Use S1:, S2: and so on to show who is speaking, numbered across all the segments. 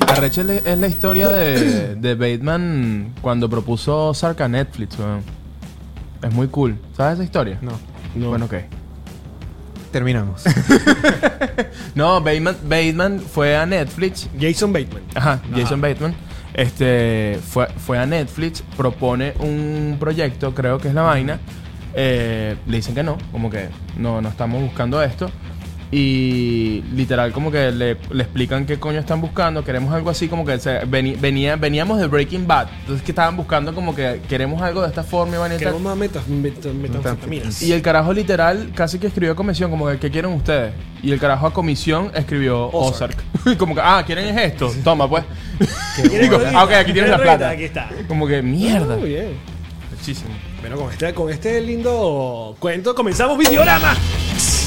S1: Arrecha es la- es la historia de, de Bateman cuando propuso Sark a Netflix, weón. Es muy cool. ¿Sabes esa historia?
S2: No.
S1: Bueno, ok.
S3: Terminamos.
S1: No, Bateman, Bateman fue a Netflix.
S2: Jason Bateman.
S1: Ajá, Jason Bateman. Este fue, fue a Netflix, propone un proyecto, creo que es la vaina. Eh, le dicen que no, como que no, no estamos buscando esto. Y literal, como que le, le explican qué coño están buscando. Queremos algo así, como que se- veni- venía, veníamos de Breaking Bad. Entonces, que estaban buscando, como que queremos algo de esta forma y vaina y tal.
S2: Queremos más metas, metas, metanfetaminas.
S1: Y el carajo literal casi que escribió comisión, como que ¿qué quieren ustedes? Y el carajo a comisión escribió
S2: Ozark.
S1: Ozark. Y como que, ah, ¿quieren es esto? Toma pues.
S2: ¿Quieres
S1: Digo,
S2: rolita?
S1: ah, ok, aquí tienes
S2: ¿Quieres
S1: la
S2: rolita?
S1: plata.
S2: Aquí está.
S1: Como que mierda.
S2: Muy bien.
S1: Muchísimo.
S2: Bueno, con este, con este lindo cuento comenzamos Videorama.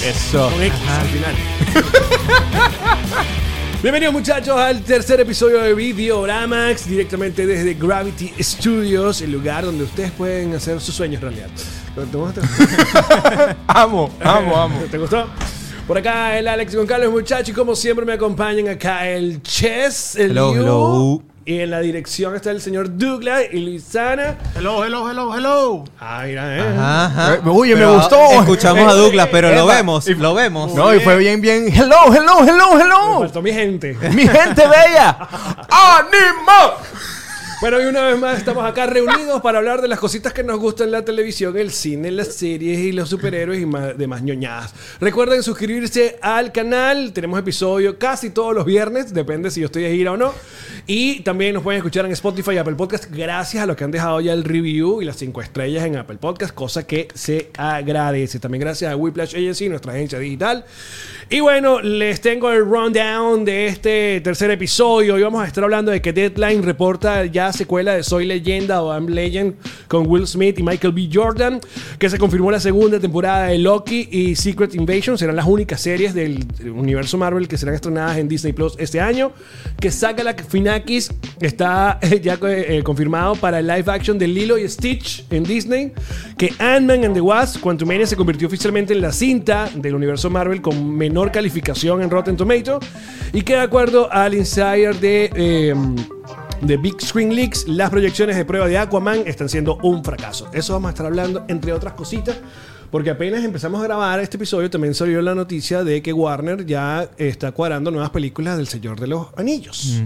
S1: Eso.
S2: Con X al final. Bienvenidos muchachos al tercer episodio de Videoramax directamente desde Gravity Studios, el lugar donde ustedes pueden hacer sus sueños realidad. ¿Te gustó?
S1: Amo, amo, amo.
S2: Eh, ¿Te gustó? Por acá el Alex Carlos muchachos, y como siempre me acompañan acá el Chess, el
S3: Hello,
S2: Liu,
S3: hello.
S2: y en la dirección está el señor Douglas y Luisana.
S4: Hello, hello, hello, hello.
S2: Ah, mira, eh.
S3: Ajá.
S1: Eh, oye, me
S3: Pero
S1: gustó.
S3: Escuchamos a Douglas, pero lo
S1: Epa,
S3: vemos,
S1: y-
S3: lo vemos.
S1: No, y fue bien, bien. Hello, hello, hello,
S2: Me
S1: hello.
S2: faltó mi gente.
S1: Mi gente bella. ¡Ánimo!
S2: Bueno, y una vez más estamos acá reunidos para hablar de las cositas que nos gustan en la televisión, el cine, las series y los superhéroes y más, demás ñoñadas. Recuerden suscribirse al canal, tenemos episodio casi todos los viernes, depende si yo estoy de gira o no. Y también nos pueden escuchar en Spotify y Apple Podcast, gracias a los que han dejado ya el review y las cinco estrellas en Apple Podcast, cosa que se agradece. También gracias a Whiplash Agency, nuestra agencia digital. Y bueno, les tengo el rundown de este tercer episodio. Hoy vamos a estar hablando de que Deadline reporta ya secuela de Soy Leyenda o I'm Legend con Will Smith y Michael B. Jordan, que se confirmó la segunda temporada de Loki y Secret Invasion. Serán las únicas series del universo Marvel que serán estrenadas en Disney Plus este año. Que saca la Finakis, está eh, ya eh, confirmado para el live action de Lilo y Stitch en Disney. Que Ant-Man and the Wasp, Quantumania se convirtió oficialmente en la cinta del universo Marvel con menor calificación en Rotten Tomato. Y que de acuerdo al insider de... eh, de Big Screen Leaks, las proyecciones de prueba de Aquaman están siendo un fracaso. Eso vamos a estar hablando, entre otras cositas, porque apenas empezamos a grabar este episodio, también salió la noticia de que Warner ya está cuadrando nuevas películas del Señor de los Anillos.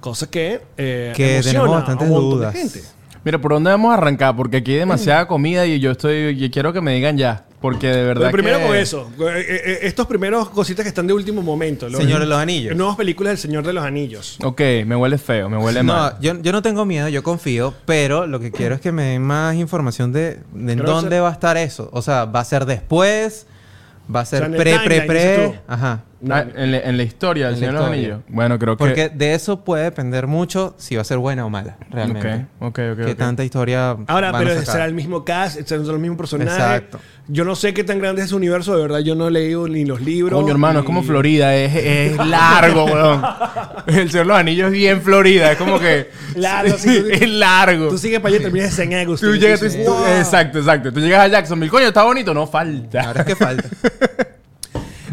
S2: Cosa que. eh,
S3: Mm. Que
S2: emociona
S3: tenemos bastantes
S2: a un montón
S3: dudas.
S2: De gente.
S1: Mira, ¿por dónde vamos a arrancar? Porque aquí hay demasiada comida y yo estoy. Y quiero que me digan ya. Porque de verdad.
S2: Pero primero
S1: que-
S2: con eso, eh, eh, estos primeros cositas que están de último momento. los-
S3: Señor de los Anillos.
S2: Nuevas películas del Señor de los Anillos.
S1: Ok, me huele feo, me huele mal.
S3: No, yo, yo no tengo miedo, yo confío, pero lo que quiero es que me den más información de, de en
S2: Pero
S3: dónde
S2: eso-
S3: va a estar eso. O sea, va a ser después, va a ser
S2: sea, en el
S3: pre, pre,
S2: timeline, dices
S3: pre.
S2: tú.
S3: Ajá.
S1: Ah, en, la- en la historia del
S3: En la
S1: Señor de los
S3: historia.
S1: Anillos. Bueno, creo
S3: Porque
S1: que.
S3: de eso puede depender mucho si va a ser buena o mala, realmente.
S1: Ok, ok, ok,
S3: Qué
S1: ok.
S3: tanta historia.
S2: Ahora,
S3: van a
S2: pero
S3: sacar.
S2: será el mismo cast, será el mismo personaje.
S3: Exacto.
S2: Yo no sé qué tan grande es su universo, de verdad. Yo no he leído ni los libros.
S1: Coño, hermano,
S2: ni-
S1: es como Florida, es, es largo, weón. El Señor de los Anillos es bien Florida, es como que.
S2: Largo, sí, tú-
S1: es largo.
S2: Tú sigues Ah. para allá y terminas en San Agustín.
S1: Tú llegas, tú-
S2: dices,
S1: tú-
S2: "Wow".
S1: exacto, exacto. Tú llegas a Jacksonville, coño, está bonito, no falta.
S3: Ahora es que falta.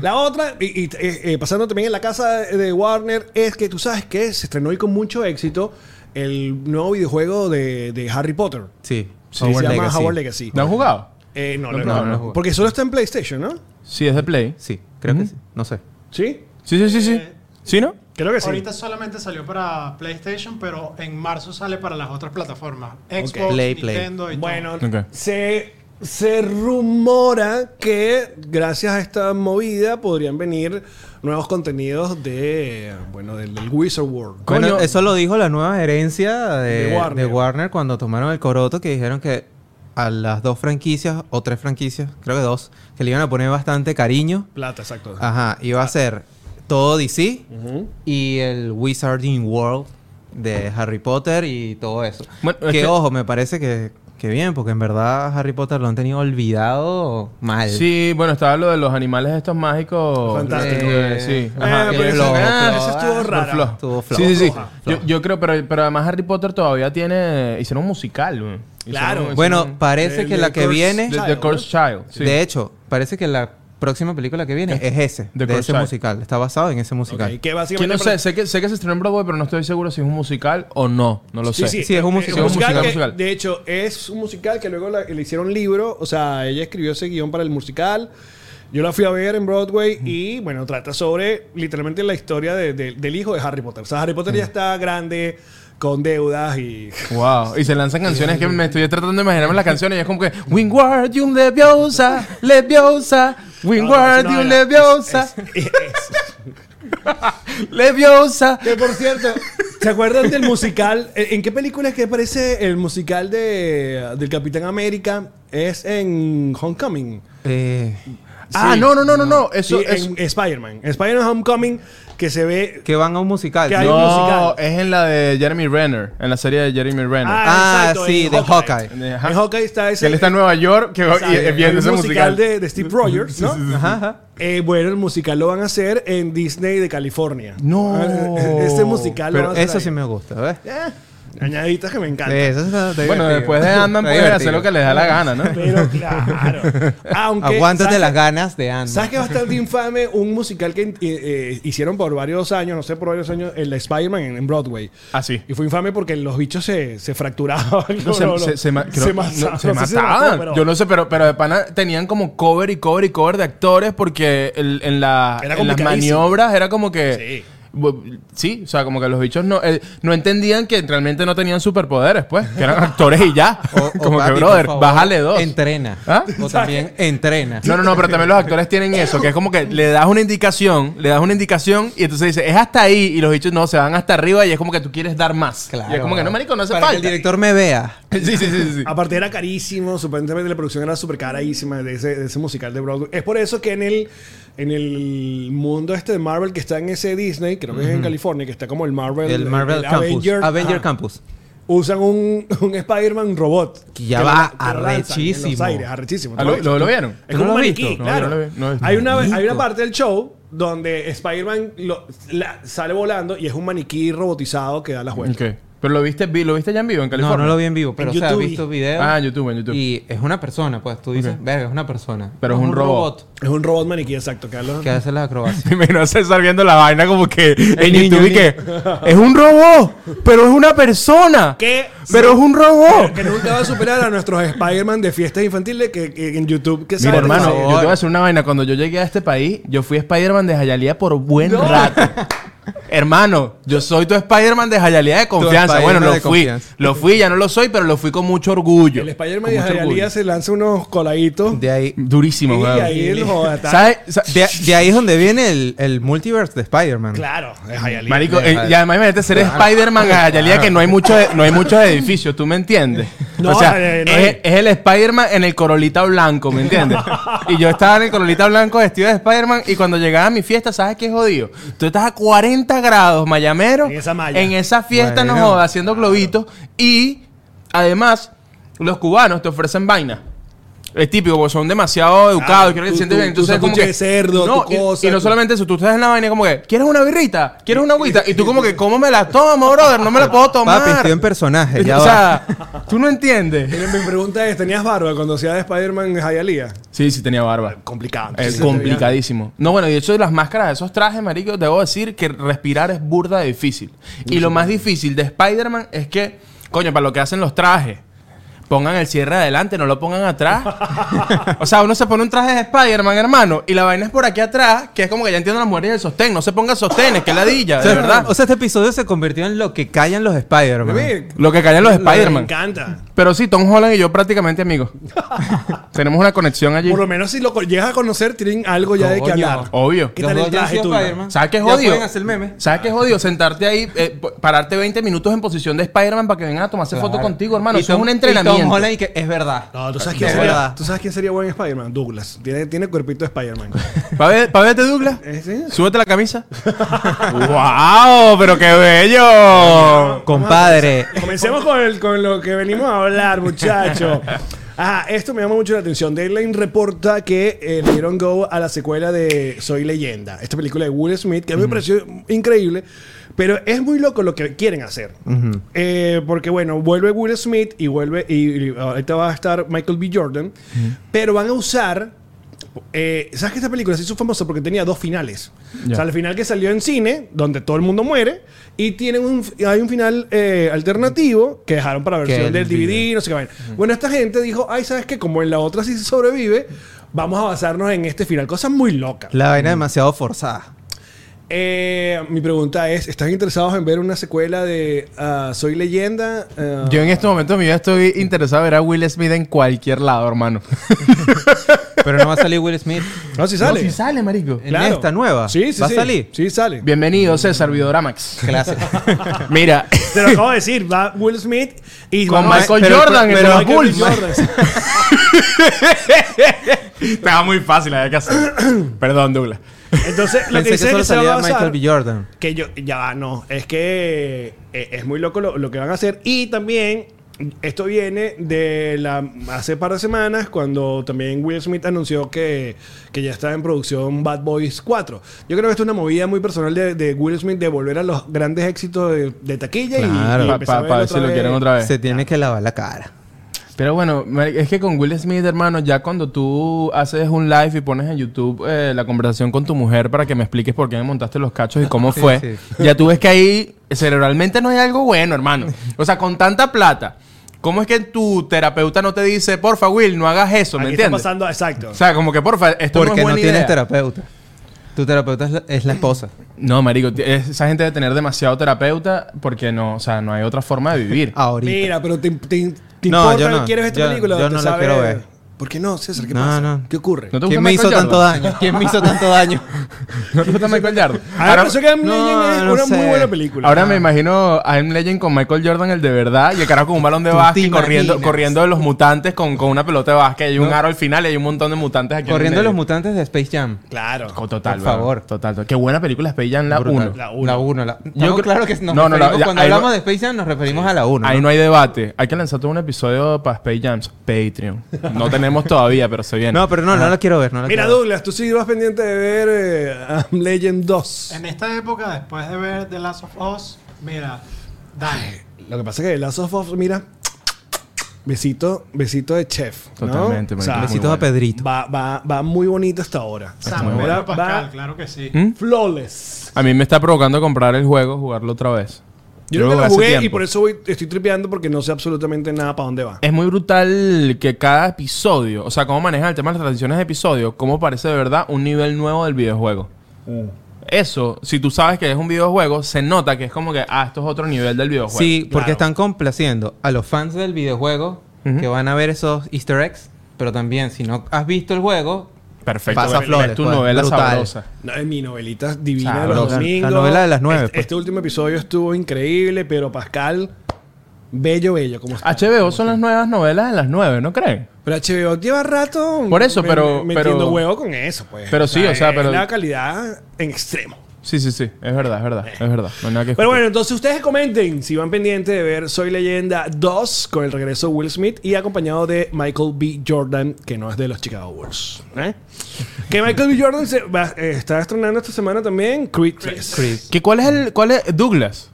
S2: La otra, y, y, eh, eh, pasando también en la casa de Warner, es que tú sabes que se estrenó hoy con mucho éxito el nuevo videojuego de, de Harry Potter.
S3: Sí.
S2: Sí, se llama Howard Legacy.
S1: ¿No han jugado?
S2: Eh, no,
S1: No,
S2: no,
S1: no,
S2: no,
S1: no,
S3: no.
S2: Porque solo está en PlayStation, ¿no?
S1: Sí, es de Play.
S3: Sí, creo
S1: Ujú.
S3: que sí. No sé.
S2: ¿Sí?
S1: Sí, sí, sí, sí. ¿Sí, no?
S2: Creo que sí.
S4: Ahorita solamente salió para PlayStation, pero en marzo sale para las otras plataformas. Xbox,
S3: Play, Play.
S4: Nintendo y todo.
S2: Bueno,
S1: Ok.
S2: se, se rumora que gracias a esta movida podrían venir nuevos contenidos de, bueno, del, del Wizard World.
S1: Coño.
S3: Bueno, eso lo dijo la nueva gerencia de,
S2: De
S3: de
S2: Warner.
S3: Warner. cuando tomaron el coroto que dijeron que a las dos franquicias o tres franquicias, creo que dos, que le iban a poner bastante cariño.
S2: Plata, exacto.
S3: Ajá, iba a ser todo DC
S2: Ujú.
S3: y el Wizarding World de Harry Potter y todo eso.
S1: Bueno, es
S3: que,
S1: que-
S3: ojo, me parece que, que bien, porque en verdad Harry Potter lo han tenido olvidado
S2: Eh.
S3: mal.
S1: Sí, bueno, estaba lo de los animales estos mágicos.
S2: Fantástico.
S1: Eh, sí. Ajá.
S2: Eh,
S3: que
S2: pero
S3: flojo,
S2: eso- ah,
S3: flojo,
S2: eso estuvo
S3: ah,
S2: rara.
S1: flojo.
S3: Estuvo flojo.
S1: Sí, sí, sí.
S2: floja,
S1: Yo, yo creo, pero, pero además Harry Potter todavía tiene. Hicieron un musical, güey. Hicieron-
S2: Claro.
S1: hicieron-
S3: Bueno, parece
S2: El
S3: que
S2: de
S3: la que
S2: Curse-
S3: viene...
S1: The, The Cursed Child. sí.
S3: De hecho, parece que la próxima película que viene es ese,
S1: The
S3: de ese
S1: Crosseye.
S3: musical. Está basado en ese
S2: Ok,
S3: musical.
S2: que
S1: Que
S2: básicamente
S1: no sé, sé que, sé que se estrenó en Broadway, pero no estoy seguro si es un musical o no. No lo sé.
S3: Sí, es un
S2: eh,
S3: musical.
S1: Es un
S2: que,
S1: musical.
S2: De hecho, es un musical que luego la- le hicieron libro. O sea, ella escribió ese guión para el musical. Yo la fui a ver en Broadway y, bueno, trata sobre literalmente la historia de- de- del hijo de Harry Potter. O sea, Harry Potter ya está grande, con deudas y...
S1: Wow. Y se lanzan canciones que me estoy tratando de imaginarme las canciones y es como que Wingardium Leviosa, Leviosa,
S2: No, no,
S1: Wingardium
S2: no,
S1: Leviosa,
S2: es- es- es-
S1: Leviosa.
S2: Que por cierto, ¿se acuerdan del musical? ¿En en qué película es que aparece el musical de, del Capitán América? Es en Homecoming.
S3: Eh,
S1: Ah,
S2: Sí.
S1: no, no, no, no, no. Eso
S2: Sí,
S1: es
S2: en Spider-Man. Spider-Man Homecoming, que se ve.
S3: que van a un musical.
S2: Que hay
S3: No.
S2: un
S1: No,
S2: musical.
S1: es en la de Jeremy Renner, en la serie de Jeremy Renner.
S3: Ah, sí,
S2: en
S3: de
S1: Hawkeye.
S2: En Hawkeye está ese.
S1: que él está en Nueva York que,
S2: exacto,
S1: y, eh, viendo
S2: el
S1: ese
S2: musical
S1: musical.
S2: de, de Steve Rogers, ¿no?
S3: Ajá, ajá.
S2: Eh, bueno, el musical lo van a hacer en Disney de California.
S1: No.
S2: Ese musical lo
S3: Pero
S2: van a hacer.
S3: eso
S2: ahí.
S3: sí me gusta, ¿ves?
S2: Eh, añaditas que me encantan.
S3: Eh, eso está- está
S1: Bueno,
S3: divertido.
S1: después de
S3: Está
S1: Andan pueden hacer
S3: divertido.
S1: lo que les da
S2: Ah.
S1: la gana, ¿no?
S2: Pero claro. Aunque.
S3: Aguántate
S2: ¿sabes-
S3: las ganas de
S2: ¿Sabes
S3: Andan.
S2: que es bastante infame un musical que eh, eh, hicieron por varios años, no sé, por varios años, el de Spider-Man en, en Broadway?
S1: Así.
S2: Y fue infame porque los bichos se, se fracturaban.
S1: No, se, se- se ma- creo-
S2: se
S1: no,
S2: mataban.
S1: se
S2: No sé si se
S1: mataban.
S2: mató, pero
S1: Yo no sé, pero, pero de pana tenían como cover y cover y cover de actores porque el- en, la,
S2: Era
S1: en las
S2: complicadísimo.
S1: maniobras era como que. Bu- Sí. o sea, como que los bichos no, eh, no entendían que realmente no tenían superpoderes, pues, que eran actores y ya.
S3: O- o
S1: como
S3: papi,
S1: que,
S3: por
S1: brother,
S3: favor,
S1: bájale dos.
S3: Entrena.
S1: ¿Ah?
S3: O también entrena.
S1: No, no, no, pero también los actores tienen eso, que es como que le das una indicación, le das una indicación y entonces dice, es hasta ahí y los bichos no, se van hasta arriba y es como que tú quieres dar más.
S3: Claro.
S1: Y es como que no, marico, no hace
S3: Para
S1: falta.
S3: que el director Ah, me vea.
S1: Sí, sí, sí, sí, sí.
S2: Aparte era carísimo, supuestamente la producción era súper carísima de ese, de ese musical de Broadway. Es por eso que en el, en el mundo este de Marvel que está en ese Disney, creo que es en California, que está como el Marvel,
S3: El Marvel
S2: el
S3: Campus. Avenger,
S2: ajá.
S3: Campus.
S2: usan un, un Spider-Man robot.
S3: Que ya
S2: lo-
S3: va
S2: lo lanzan
S3: arrechísimo.
S2: En los aires, arrechísimo. ¿Tú
S1: Ah, ¿lo-
S2: viste?
S1: lo- lo vieron?
S2: Es
S3: ¿Tú no
S2: como un
S3: lo has
S2: maniquí,
S3: visto?
S1: No,
S2: claro.
S1: yo no lo vi- no lo vi.
S2: hay, una,
S3: Marico.
S2: hay una parte del show donde Spider-Man lo- la- sale volando y es un maniquí robotizado que da las vueltas.
S1: Ok. Pero lo viste, vi- lo viste ya en vivo en
S3: No,
S1: California.
S3: no lo vi en vivo, pero
S2: En
S3: o sea, he
S2: YouTube.
S3: visto videos.
S1: Ah, en YouTube, en YouTube.
S3: Y es una persona, pues tú dices, verga, es una persona.
S1: Pero es un robot.
S2: Es un robot maniquí, exacto. Que da los-
S3: que hace las acrobacias.
S1: Me imagino a César viendo la vaina como que en
S3: niño,
S1: YouTube
S3: el
S1: y que es un robot, pero es una persona.
S2: Que-
S1: Pero es un robot.
S2: que nunca va a superar a nuestros Spider-Man de fiestas infantiles que, que en YouTube que
S1: Mira,
S2: salen.
S1: hermano,
S3: por
S1: yo te
S3: favor.
S1: voy a decir una vaina. Cuando yo llegué a este país, yo fui Spider-Man de Jayalía por buen
S2: No.
S1: rato. hermano, yo soy tu Spider-Man de Jayalía de confianza.
S3: Spider-Man
S1: Bueno, lo
S3: de
S1: fui.
S3: confianza.
S1: Lo fui, ya no lo soy, pero lo fui con mucho orgullo.
S2: El Spider-Man
S1: Con
S2: de
S1: mucho orgullo.
S2: Jayalía se lanza unos coladitos
S3: De ahí,
S1: Durísimo,
S2: y
S1: weón.
S2: ahí el joda está-
S1: ¿Sabes? Sa-
S3: de, de ahí es donde viene el, el multiverse de Spider-Man.
S2: Claro, es Jayalía.
S1: Marico,
S3: Bien,
S1: eh,
S3: vale.
S1: y además imagínate ser Spider-Man a Yalía que no hay, mucho, no hay muchos edificios, ¿tú me entiendes?
S2: No,
S1: o sea,
S2: eh, no
S1: es,
S2: hay.
S1: es el Spider-Man en el corolita blanco, ¿me entiendes? y yo estaba en el corolita blanco vestido de Spider-Man y cuando llegaba a mi fiesta, ¿sabes qué jodido? Tú estás a 40 grados, mayamero.
S2: En esa malla.
S1: En esa fiesta, no
S3: Bueno.
S1: jodas, haciendo globitos. Y además, los cubanos te ofrecen vainas. Es típico, porque son demasiado educados, quieren que se
S2: tú-
S1: sienten
S2: tú-
S1: bien.
S2: tú
S1: Entonces,
S2: estás
S1: como
S2: como
S1: que,
S2: que cerdo,
S1: no,
S2: tu
S1: y-
S2: cosa,
S1: y no
S2: tu-
S1: solamente solamente eso, tú estás en la vaina como que, ¿quieres una birrita? ¿Quieres una agüita? Y tú como que, ¿cómo me la tomo, brother? No me la puedo tomar.
S3: Papi, estoy en personaje. Ya
S1: o
S3: va.
S1: sea, tú no entiendes.
S2: Miren, Mi pregunta es, ¿tenías barba cuando hacía de Spider-Man de Jayalía?
S1: Sí, sí tenía barba.
S2: Complicado.
S1: Es complicadísimo. No, bueno, y de hecho las máscaras de esos trajes, marico, debo decir que respirar es burda de difícil. Y lo más difícil de Spider-Man es que, coño, para lo que hacen los trajes, pongan el cierre adelante, no lo pongan atrás. o sea, uno se pone un traje de Spider-Man, hermano, y la vaina es por aquí atrás, que es como que ya entiendo las mujeres y el sostén. No se ponga sostén, es que ladilla, de
S3: O sea,
S1: verdad.
S3: o sea, este episodio se convirtió en lo que callan los Spider-Man.
S2: Bebé,
S1: Lo que callan los
S2: Me
S1: Spider-Man.
S2: encanta.
S1: Pero sí, Tom Holland y yo prácticamente amigos. Tenemos una conexión allí.
S2: Por lo menos si lo co- llegas a conocer, tienen algo ya de qué
S3: Coño.
S2: hablar.
S1: Obvio.
S2: ¿Qué tal el traje tuyo?
S1: ¿Sabes qué es
S3: jodido?
S1: jodido?
S3: pueden hacer meme.
S1: ¿Sabes qué es jodido? Sentarte ahí, eh, p- pararte 20 minutos en posición de Spider-Man para que vengan a tomarse foto
S3: Claro.
S1: contigo, hermano.
S3: Y
S1: Eso es
S3: Tom-
S1: un
S3: y
S1: entrenamiento.
S3: Tom Holland y que es verdad.
S2: No, ¿tú sabes, quién
S3: Es
S2: sería,
S3: verdad.
S2: ¿tú sabes quién sería buen Spider-Man? Douglas. Tiene, tiene cuerpito de Spider-Man.
S1: Pa' ver- pa' verte, Douglas?
S2: Eh, sí.
S1: Súbete la camisa. ¡Wow! ¡Pero qué bello!
S3: Compadre.
S2: Comencemos con, el- con lo que venimos a hablar, muchachos. Ajá, esto me llama mucho la atención. Deadline reporta que eh, le dieron go a la secuela de Soy Leyenda, esta película de Will Smith, que a mí me pareció increíble, pero es muy loco lo que quieren hacer. Eh, porque bueno, vuelve Will Smith y vuelve, y, y ahorita va a estar Michael B. Jordan, pero van a usar eh, ¿Sabes que esta película se hizo famosa porque tenía dos finales?
S1: Ya.
S2: O sea, el final que salió en cine, donde todo el mundo muere, y tienen un, hay un final eh, alternativo que dejaron para la
S3: Que
S2: versión
S3: él
S2: del DVD, no sé qué vaina. Bueno, esta gente dijo, ay, ¿sabes que Como en la otra sí se sobrevive, vamos a basarnos en este final. Cosa muy loca.
S3: La vaina demasiado forzada.
S2: Eh, mi pregunta es, ¿están interesados en ver una secuela de ah, Soy Leyenda? Ah,
S1: Yo en este momento de mi vida estoy interesado en ver a Will Smith en cualquier lado, hermano.
S3: Pero no va a salir Will Smith.
S2: No, si sale.
S1: No, sí sale, marico.
S3: En esta nueva.
S2: Sí, sí,
S3: ¿Va a
S2: sí.
S3: salir?
S2: Sí, sale.
S1: Bienvenido, César Videoramax.
S3: Clase.
S1: Mira,
S2: Te lo acabo de decir, va Will Smith y
S1: con
S2: vamos a-
S1: Michael
S3: pero-
S1: Jordan en
S3: pero-
S1: los
S2: Michael
S1: Bulls.
S2: Jordan, sí.
S1: Estaba muy fácil, había que hacer. Perdón, Douglas.
S2: Entonces, lo
S3: Pensé
S2: que
S3: que
S2: dice es
S3: solo
S2: que se va
S3: salía
S2: a
S3: Michael
S2: basar,
S3: B. Jordan.
S2: que yo ya va, no, es que eh, es muy loco lo, lo que van a hacer y también esto viene de la hace par de semanas cuando también Will Smith anunció que, que ya está en producción Bad Boys 4. Yo creo que esto es una movida muy personal de, de Will Smith de volver a los grandes éxitos de, de taquilla y-
S3: Claro.
S2: y,
S1: Para
S2: empezar a verlo
S1: ver si lo
S2: vez.
S1: quieren otra vez.
S3: Se tiene que lavar la cara.
S1: Pero bueno, marico, es que con Will Smith, hermano, ya cuando tú haces un live y pones en YouTube eh, la conversación con tu mujer para que me expliques por qué me montaste los cachos y cómo
S3: Sí,
S1: fue,
S3: sí.
S1: ya tú ves que ahí cerebralmente no hay algo bueno, hermano. O sea, con tanta plata, ¿cómo es que tu terapeuta no te dice, porfa, Will, no hagas eso, ¿me
S2: Aquí está
S1: entiendes?
S2: pasando, exacto.
S1: O sea, como que porfa, esto no
S3: Porque
S1: es
S3: no,
S1: buena
S3: tienes
S1: idea.
S3: terapeuta. Tu terapeuta es la, es la esposa.
S1: No, marico, t- esa gente debe tener demasiado terapeuta porque no, o sea, no hay otra forma de vivir.
S3: Ahorita.
S2: Mira, pero te, te- te
S3: No,
S2: importa
S3: yo
S2: que
S3: no.
S2: quieres esta
S3: Yo-
S2: película.
S3: yo
S2: ¿Te
S3: no la quiero ver.
S2: ¿Por qué no, César? ¿Qué
S3: No,
S2: pasa?
S3: no.
S2: ¿Qué ocurre?
S1: ¿No te gusta
S3: ¿Quién me hizo
S1: Michael
S3: tanto
S1: Jordan?
S3: daño? ¿Quién me hizo tanto daño?
S1: ¿No te gusta Michael Jordan?
S3: Ah,
S2: A mí me pareció que I'm
S3: no,
S2: Legend es
S3: no
S2: una muy
S3: sé.
S2: buena película.
S1: Ahora
S3: Ah.
S1: me imagino a I'm Legend con Michael Jordan, el de verdad, y el carajo con un balón de
S3: ¿Tú te
S1: básquet corriendo,
S3: imaginas?
S1: corriendo de los mutantes con, con una pelota de básquet. Hay un aro al final y hay un montón de mutantes aquí. en el
S3: Corriendo de los
S1: medio.
S3: mutantes de Space Jam.
S2: Claro.
S1: Co- Total,
S3: Por
S1: weón.
S3: favor.
S1: Total, total. Qué buena película Space Jam, la 1.
S2: La
S3: La
S2: uno.
S3: 1. La 1.
S1: Yo creo-
S3: claro que nos
S1: No, no, la-
S3: referimos-
S1: la-
S3: Cuando
S1: ahí
S3: hablamos
S1: va-
S3: de Space Jam nos referimos a la 1.
S1: Ahí no hay debate. Hay que lanzar todo un episodio para Space Jams. Patreon. No tenemos todavía, pero se viene.
S3: No, pero no, no la quiero ver. No la
S2: Mira,
S3: quiero ver.
S2: Douglas, tú sí vas pendiente de ver eh, I'm Legend 2.
S4: En esta época, después de ver The Last of Us, mira, dale.
S2: Lo que pasa es que The Last of Us, mira. Besito, besito de chef. ¿no?
S1: Totalmente,
S2: O sea,
S1: marico.
S3: Besitos
S1: muy
S3: a Pedrito.
S2: va, va, va muy bonito hasta ahora.
S4: Samuel
S2: Mira, va
S4: Pascal, claro que sí.
S1: ¿Mm?
S2: flawless.
S1: A mí me está provocando comprar el juego, jugarlo otra vez.
S2: Yo nunca lo
S1: hace
S2: jugué y
S1: tiempo.
S2: por eso voy- estoy tripeando porque no sé absolutamente nada para dónde va.
S1: Es muy brutal que cada episodio, o sea, cómo manejan el tema de las transiciones de episodio, cómo parece de verdad un nivel nuevo del videojuego. Eso, si tú sabes que es un videojuego, se nota que es como que, ah, esto es otro nivel del videojuego.
S3: Sí,
S2: claro.
S3: porque están complaciendo a los fans del videojuego
S1: Ujú.
S3: que van a ver esos Easter eggs. Pero también, si no has visto el juego,
S1: perfecto.
S3: pasa
S1: ves-
S3: flores,
S1: ves tu
S3: pues,
S1: novela
S3: brutal.
S1: sabrosa.
S2: No, en mi novelita divina de los
S3: Sabrosa.
S2: domingos.
S3: La novela de las nueve,
S2: Este,
S3: pues.
S2: este último episodio estuvo increíble, pero Pascal, bello, bello. Como está.
S1: HBO son las nuevas novelas de las nueve, ¿no creen?
S2: Pero HBO lleva rato.
S1: Por eso,
S2: me-
S1: pero-
S2: me-
S1: pero-
S2: Metiendo huevo con eso, pues.
S1: Pero sí, o sea,
S2: es
S1: pero-
S2: La calidad en extremo.
S1: Sí, sí, sí. Es verdad, es verdad, es verdad. No hay nada que
S2: Pero
S1: discutir.
S2: bueno, entonces ustedes comenten si van pendientes de ver Soy Leyenda 2 con el regreso de Will Smith y acompañado de Michael B. Jordan, que no es de los Chicago Bulls. ¿eh? que Michael B. Jordan se va- eh, está estrenando esta semana también Creed 3.
S1: ¿Que ¿Cuál es el. cuál es. Douglas?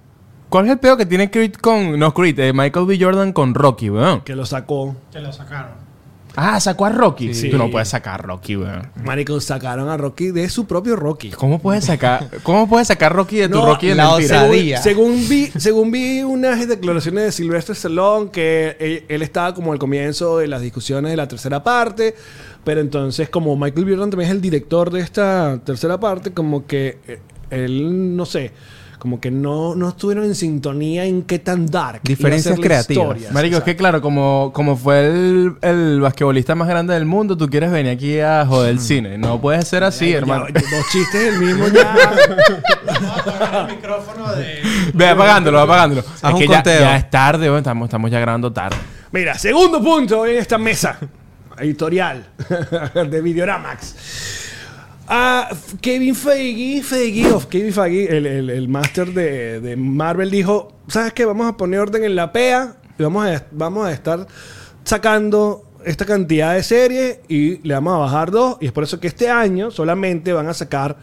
S1: ¿Cuál es el peo que tiene Creed con. No, Creed, eh, Michael B. Jordan con Rocky, weón?
S2: Que lo sacó.
S4: Que lo sacaron.
S1: Ah, sacó a Rocky.
S2: Sí.
S1: Tú no puedes sacar a Rocky, weón.
S2: Marico, sacaron a Rocky de su propio Rocky.
S1: ¿Cómo puedes sacar, cómo puedes sacar Rocky de tu
S2: No,
S1: Rocky de
S3: la
S1: mentira?
S3: osadía.
S2: Según, según vi, según vi unas declaraciones de Silvestre Stallone que él, él estaba como al comienzo de las discusiones de la tercera parte, pero entonces como Michael B. Jordan también es el director de esta tercera parte, como que eh, él no sé, como que no, no estuvieron en sintonía en qué tan dark. iba a
S3: Diferencias
S2: ser la
S3: creativas.
S2: historia,
S1: Marico, es
S2: exacto.
S1: que claro, como, como fue el, el basquetbolista más grande del mundo, tú quieres venir aquí a joder el cine. No puede ser así, hermano.
S2: Ya, dos chistes el mismo ya.
S4: Vamos a apagar el micrófono de.
S1: Ve apagándolo, ve apagándolo.
S3: Haz
S1: es
S3: un
S1: que ya,
S3: conteo.
S1: ya es tarde, bueno, estamos, estamos ya grabando tarde.
S2: Mira, segundo punto en esta mesa editorial de Videoramax. Ah, Kevin Feige, Feige of Kevin Feige, el, el, el máster de, de Marvel, dijo: ¿Sabes qué? Vamos a poner orden en la PEA y vamos a, vamos a estar sacando esta cantidad de series y le vamos a bajar dos. Y es por eso que este año solamente van a sacar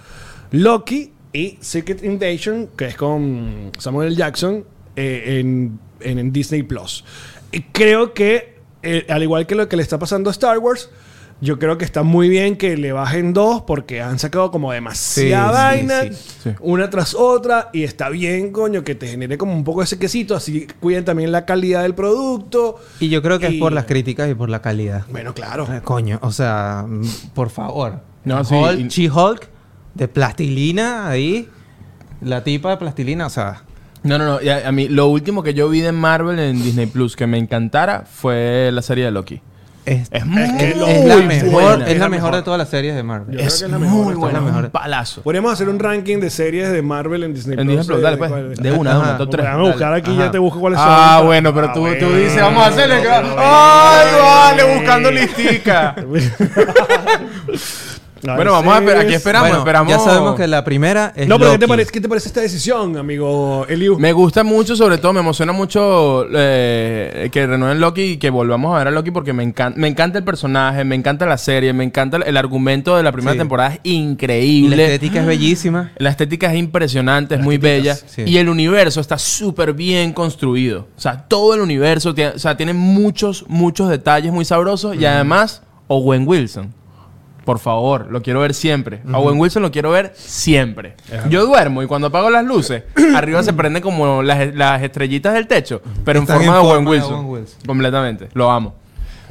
S2: Loki y Secret Invasion, que es con Samuel L. Jackson, eh, en, en- en Disney Plus. Y creo que, eh, al igual que lo que le está pasando a Star Wars, Yo creo que está muy bien que le bajen dos porque han sacado como demasiada
S3: Sí, sí,
S2: vaina,
S3: sí.
S1: Sí.
S2: una tras otra, y está bien, coño, que te genere como un poco ese quesito, así cuiden también la calidad del producto.
S3: Y yo creo que
S2: Y-
S3: es por las críticas y por la calidad.
S2: Bueno, claro.
S3: Eh, Coño, o sea, mm, por favor.
S1: No, sí,
S3: Hulk,
S1: y-
S3: She-Hulk, de plastilina ahí. La tipa de plastilina, o sea.
S1: No, no, no. y A, a mí, lo último que yo vi de Marvel en Disney Plus que me encantara fue la serie de Loki.
S3: Es,
S1: Es
S3: es
S1: muy
S2: que lo-
S3: la
S2: Uy,
S3: mejor,
S1: buena.
S3: es
S1: Es
S3: la mejor de todas las series de Marvel.
S2: Yo creo que es la mejor, Pues,
S1: muy
S2: esta
S1: buena.
S3: es la
S1: es
S3: mejor.
S1: Un palazo.
S2: Podríamos hacer un ranking de series de Marvel en Disney eh,
S1: En Disney Plus,
S2: de-
S1: dale,
S2: de-
S1: pues.
S2: de-
S1: De una, de una, top
S2: Porque
S1: tres.
S2: Vamos a buscar
S1: dale.
S2: aquí,
S3: Ajá.
S2: ya te busco cuáles son.
S1: Ah, bueno, pero
S2: Ah,
S1: tú, tú
S2: bueno,
S1: dices, vamos a hacerle. que va-
S2: bueno,
S1: ¡Ay,
S2: bueno.
S1: vale! Buscando listica. Bueno, vamos a esperar. Aquí
S2: Series.
S1: esperamos,
S3: Bueno,
S1: esperamos.
S3: Ya sabemos que la primera es.
S2: No, pero ¿qué te,
S3: Loki.
S2: parece, ¿qué te parece esta decisión, amigo Eliu?
S1: Me gusta mucho, sobre todo, me emociona mucho eh, que renueven Loki y que volvamos a ver a Loki porque me encanta, me encanta el personaje, me encanta la serie, me encanta el- el argumento de la primera
S3: Sí.
S1: temporada, es
S3: Y la
S1: increíble.
S3: estética es bellísima.
S1: La estética es impresionante, es muy bella.
S3: sí.
S1: Y el universo está súper bien construido. O sea, todo el universo tiene, o sea, tiene muchos, muchos detalles muy sabrosos. Y además, Owen Wilson. Por favor, lo quiero ver siempre. A Owen Wilson lo quiero ver siempre. Yo duermo y cuando apago las luces, arriba se prenden como las, las estrellitas del techo, pero en
S3: Están
S1: forma,
S3: en
S1: de, Owen
S3: forma de
S1: Wilson.
S3: Owen Wilson.
S1: Completamente. Lo amo.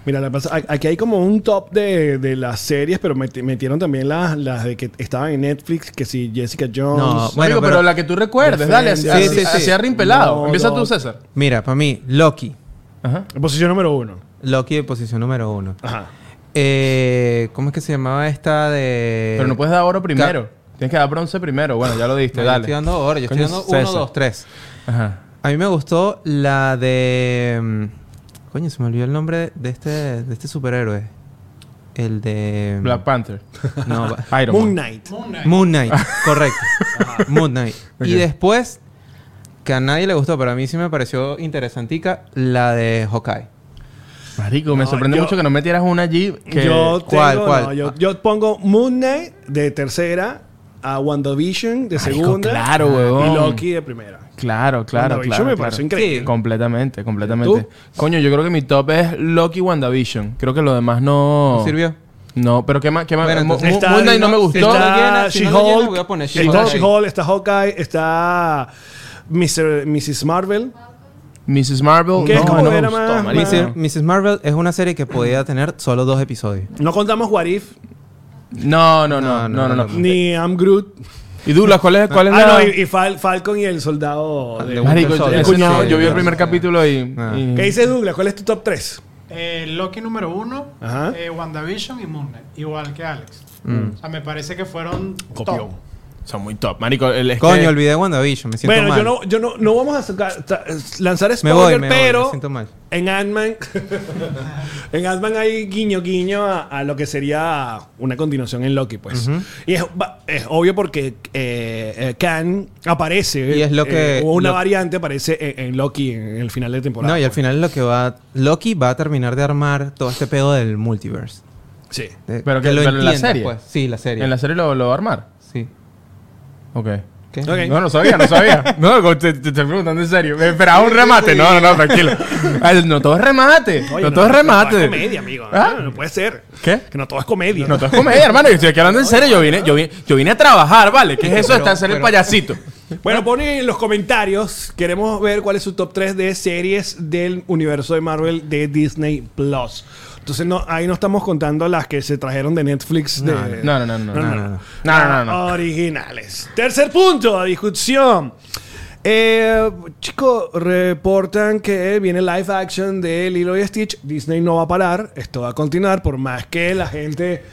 S2: Mira, la pasa- aquí hay como un top de, de las series, pero meti- metieron también las, las de que estaban en Netflix, que si Jessica Jones.
S3: No, bueno,
S1: Marico, pero,
S3: pero-
S1: la que tú recuerdes, dale, así,
S2: Sí,
S1: así,
S3: sí, sí.
S1: así arrimpelado.
S2: No,
S1: Empieza
S2: no.
S1: tú, César.
S3: Mira, para mí, Loki.
S1: Ajá.
S2: Posición número uno.
S3: Loki de posición número uno.
S2: Ajá.
S3: Eh, ¿Cómo es que se llamaba esta de.
S1: Pero no puedes dar oro primero. Tienes que dar bronce primero. Bueno, ya lo diste,
S3: No, yo
S1: dale.
S3: estoy dando oro, yo estoy
S1: Coño,
S3: dando uno,
S1: César.
S3: dos, tres.
S1: Ajá.
S3: A mí me gustó la de. mm, Coño, se me olvidó el nombre de este, de este superhéroe. El de.
S1: Black Panther.
S3: No, va-
S1: Iron Man.
S2: Moon Knight.
S4: Moon Knight.
S3: Moon Knight, correcto. Moon Knight. Y después, que a nadie le gustó, pero a mí sí me pareció interesantica, la de Hawkeye.
S1: Marico, me
S2: No,
S1: sorprende
S2: yo-
S1: mucho que no metieras una allí. Que...
S2: Yo tengo,
S3: ¿Cuál, cuál?
S2: no, yo, yo pongo Moon Knight de tercera, a WandaVision de
S1: Marico,
S2: segunda.
S1: claro,
S2: Y
S1: huevón.
S2: Loki de primera.
S1: Claro, claro,
S2: WandaVision
S1: claro.
S2: me
S1: claro.
S2: pareció increíble.
S1: Sí, Completamente, completamente.
S2: ¿Tú?
S1: Coño, yo creo que mi top es Loki y WandaVision. Creo que lo demás
S2: Oh.
S1: no.
S3: ¿No sirvió?
S1: No, pero qué más, qué más.
S3: Bueno,
S1: Mo-
S3: entonces-
S1: Mo-
S2: Está-
S1: Moon Knight no me
S3: Si no
S1: gustó.
S3: lo
S2: Está
S3: llena- si no lo llena, voy a
S2: She-Hulk.
S3: poner
S2: Está
S3: She-Hulk.
S2: She-Hulk, está Hawkeye, está Mr., Mrs. Marvel.
S1: Mrs. Marvel.
S2: Que
S1: no,
S2: es como
S1: no me
S2: era
S1: gustó,
S2: más-
S1: marico.
S3: Mrs.
S2: más-
S3: Mrs. Marvel es una serie que podía tener solo dos episodios.
S2: No contamos What If,
S1: No, no, no, no,
S3: No, no,
S1: no.
S3: no,
S1: no.
S3: no.
S2: ni I'm Groot.
S1: ¿Y Douglas, cuál es, cuál es
S2: Ah,
S1: la-
S2: no, y, y Fal- Falcon y el soldado. de-
S3: De
S1: Marico,
S3: Winter Soldier.
S1: ese
S3: Ese
S1: no,
S3: sí,
S1: yo vi el
S3: no,
S1: primer
S3: no.
S1: capítulo y.
S3: Ah.
S1: y-
S2: ¿Qué dice Douglas? ¿Cuál es tu top 3?
S4: Eh, Loki número uno,
S2: Ajá.
S4: eh, WandaVision y Moon Knight, igual que Alex.
S1: Mm.
S4: O sea, me parece que fueron
S2: Copión.
S4: top.
S1: Son muy top. Marico, el este es
S3: Coño,
S1: que-
S3: olvidé WandaVision, me siento
S2: Bueno,
S3: mal.
S2: yo no, yo no, no vamos a sacar- ta- lanzar spoiler,
S3: Me voy, me voy,
S2: pero
S3: me siento mal.
S2: en Ant-Man en Ant-Man hay guiño guiño a, a lo que sería una continuación en Loki, pues. Y es, va- es obvio porque eh, eh, Khan aparece
S3: Y es lo que-
S2: eh, o una
S3: lo-
S2: variante aparece en, en Loki en el final de temporada.
S3: No, y al
S2: pues.
S3: final lo que va... Loki va a terminar de armar todo este pedo del multiverse.
S2: Sí.
S3: De-
S1: Pero que- pero en la
S3: Eh, entiendas,
S1: serie.
S3: pues. Sí, la serie.
S1: ¿En la serie lo, lo va a armar?
S3: Sí.
S1: Ok.
S3: ¿Qué?
S2: Ok.
S1: No, no sabía, no sabía. No, te, te estoy preguntando en serio. Me esperaba un remate. No, no, no, tranquilo. Ay, No todo es remate.
S2: Oye,
S1: no, todo es
S2: No todo
S1: remate.
S2: es comedia, amigo.
S1: ¿Ah?
S2: No, no puede ser.
S1: ¿Qué?
S2: Que no todo es comedia.
S1: No todo es comedia, hermano. Yo estoy aquí hablando en serio. Yo vine, yo vine, yo vine a trabajar, ¿vale? ¿Qué es eso de estar ser el payasito?
S2: Bueno, ponen en los comentarios. Queremos ver cuál es su top 3 de series del universo de Marvel de Disney Plus. Entonces, no, ahí no estamos contando las que se trajeron de Netflix. de-
S1: No, no, no, no. No, no, no. Ah. no, no.
S2: Originales. Tercer punto, a discusión. Eh, chicos, reportan que viene live action de Lilo y Stitch. Disney no va a parar. Esto va a continuar por más que la gente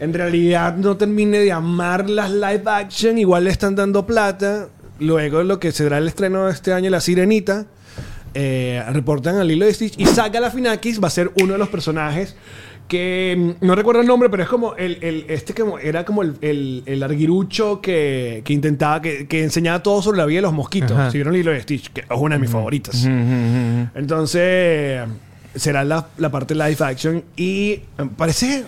S2: en realidad no termine de amar las live action. Igual le están dando plata. Luego lo que será el estreno de este año, La Sirenita. eh, reportan a Lilo y Stitch. Y Saga Lafinakis va a ser uno de los personajes que mm, no recuerdo el nombre, pero es como el, el- este como era como el, el, el arguirucho que, que intentaba, que, que enseñaba todo sobre la vida de los mosquitos.
S3: Ajá.
S2: Si vieron Lilo y Stitch, que es una de mis favoritas. Entonces, será la, la parte live action. Y eh, parece,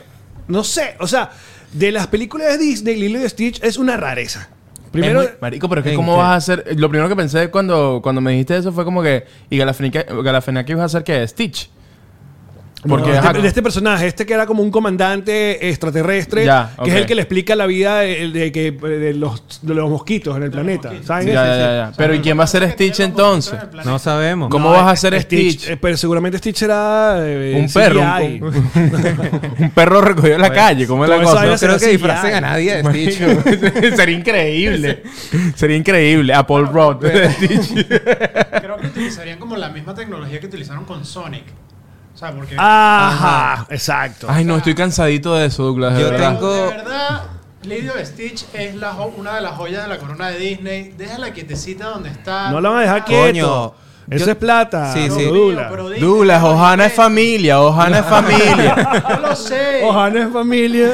S2: no sé, o sea, de las películas de Disney, Lilo y Stitch es una rareza. Primero,
S1: Es muy- marico, pero es que
S3: ¿en
S1: cómo
S3: qué?
S1: vas a hacer... Lo primero que pensé cuando, cuando me dijiste eso fue como que... ¿Y Galafenica- Galafenakis va a hacer qué? ¿Stitch? Porque,
S2: de,
S1: ajá,
S2: este, de este personaje, este que era como un comandante extraterrestre,
S1: Ya,
S2: que es el
S1: ok.
S2: que le explica la vida de, de que, de, los, de los mosquitos en el planeta.
S4: mosquitos.
S2: ¿Saben?
S1: Ya,
S2: ese?
S1: ya, ya. Pero ¿y quién va a ser Stitch entonces?
S3: No sabemos.
S1: ¿Cómo
S2: No,
S1: vas a
S2: es-
S1: hacer
S2: es
S1: Stitch?
S2: eh, pero seguramente Stitch era. eh,
S1: Un
S2: CGI.
S1: perro, un- un- Un perro recogido en la calle. ¿Cómo es la
S2: pues, toda esa
S1: cosa?
S2: vaina
S3: No creo
S2: será
S3: que disfracen
S2: CGI.
S3: a nadie de Stitch.
S1: Marico, Sería increíble. Sería increíble. A Paul Rudd.
S4: Creo que utilizarían como la misma tecnología que utilizaron con Sonic. O sea, porque.
S1: Ah,
S2: Ajá, exacto.
S1: Ay, no, estoy cansadito de eso, Douglas. de
S3: Yo
S1: verdad.
S3: tengo-
S4: De verdad, Lidio Stitch es la jo- una de las joyas de la corona de Disney. Déjala quietecita donde está.
S2: No la van a dejar
S3: Coño,
S2: quieto. Eso
S3: yo-
S2: es plata.
S3: Sí,
S4: Dios
S3: sí.
S4: mío,
S2: Dula.
S4: pero Disney-
S1: Douglas, Ojana es familia. Ojana es familia.
S4: Ah, Yo lo sé.
S2: Ojana es familia.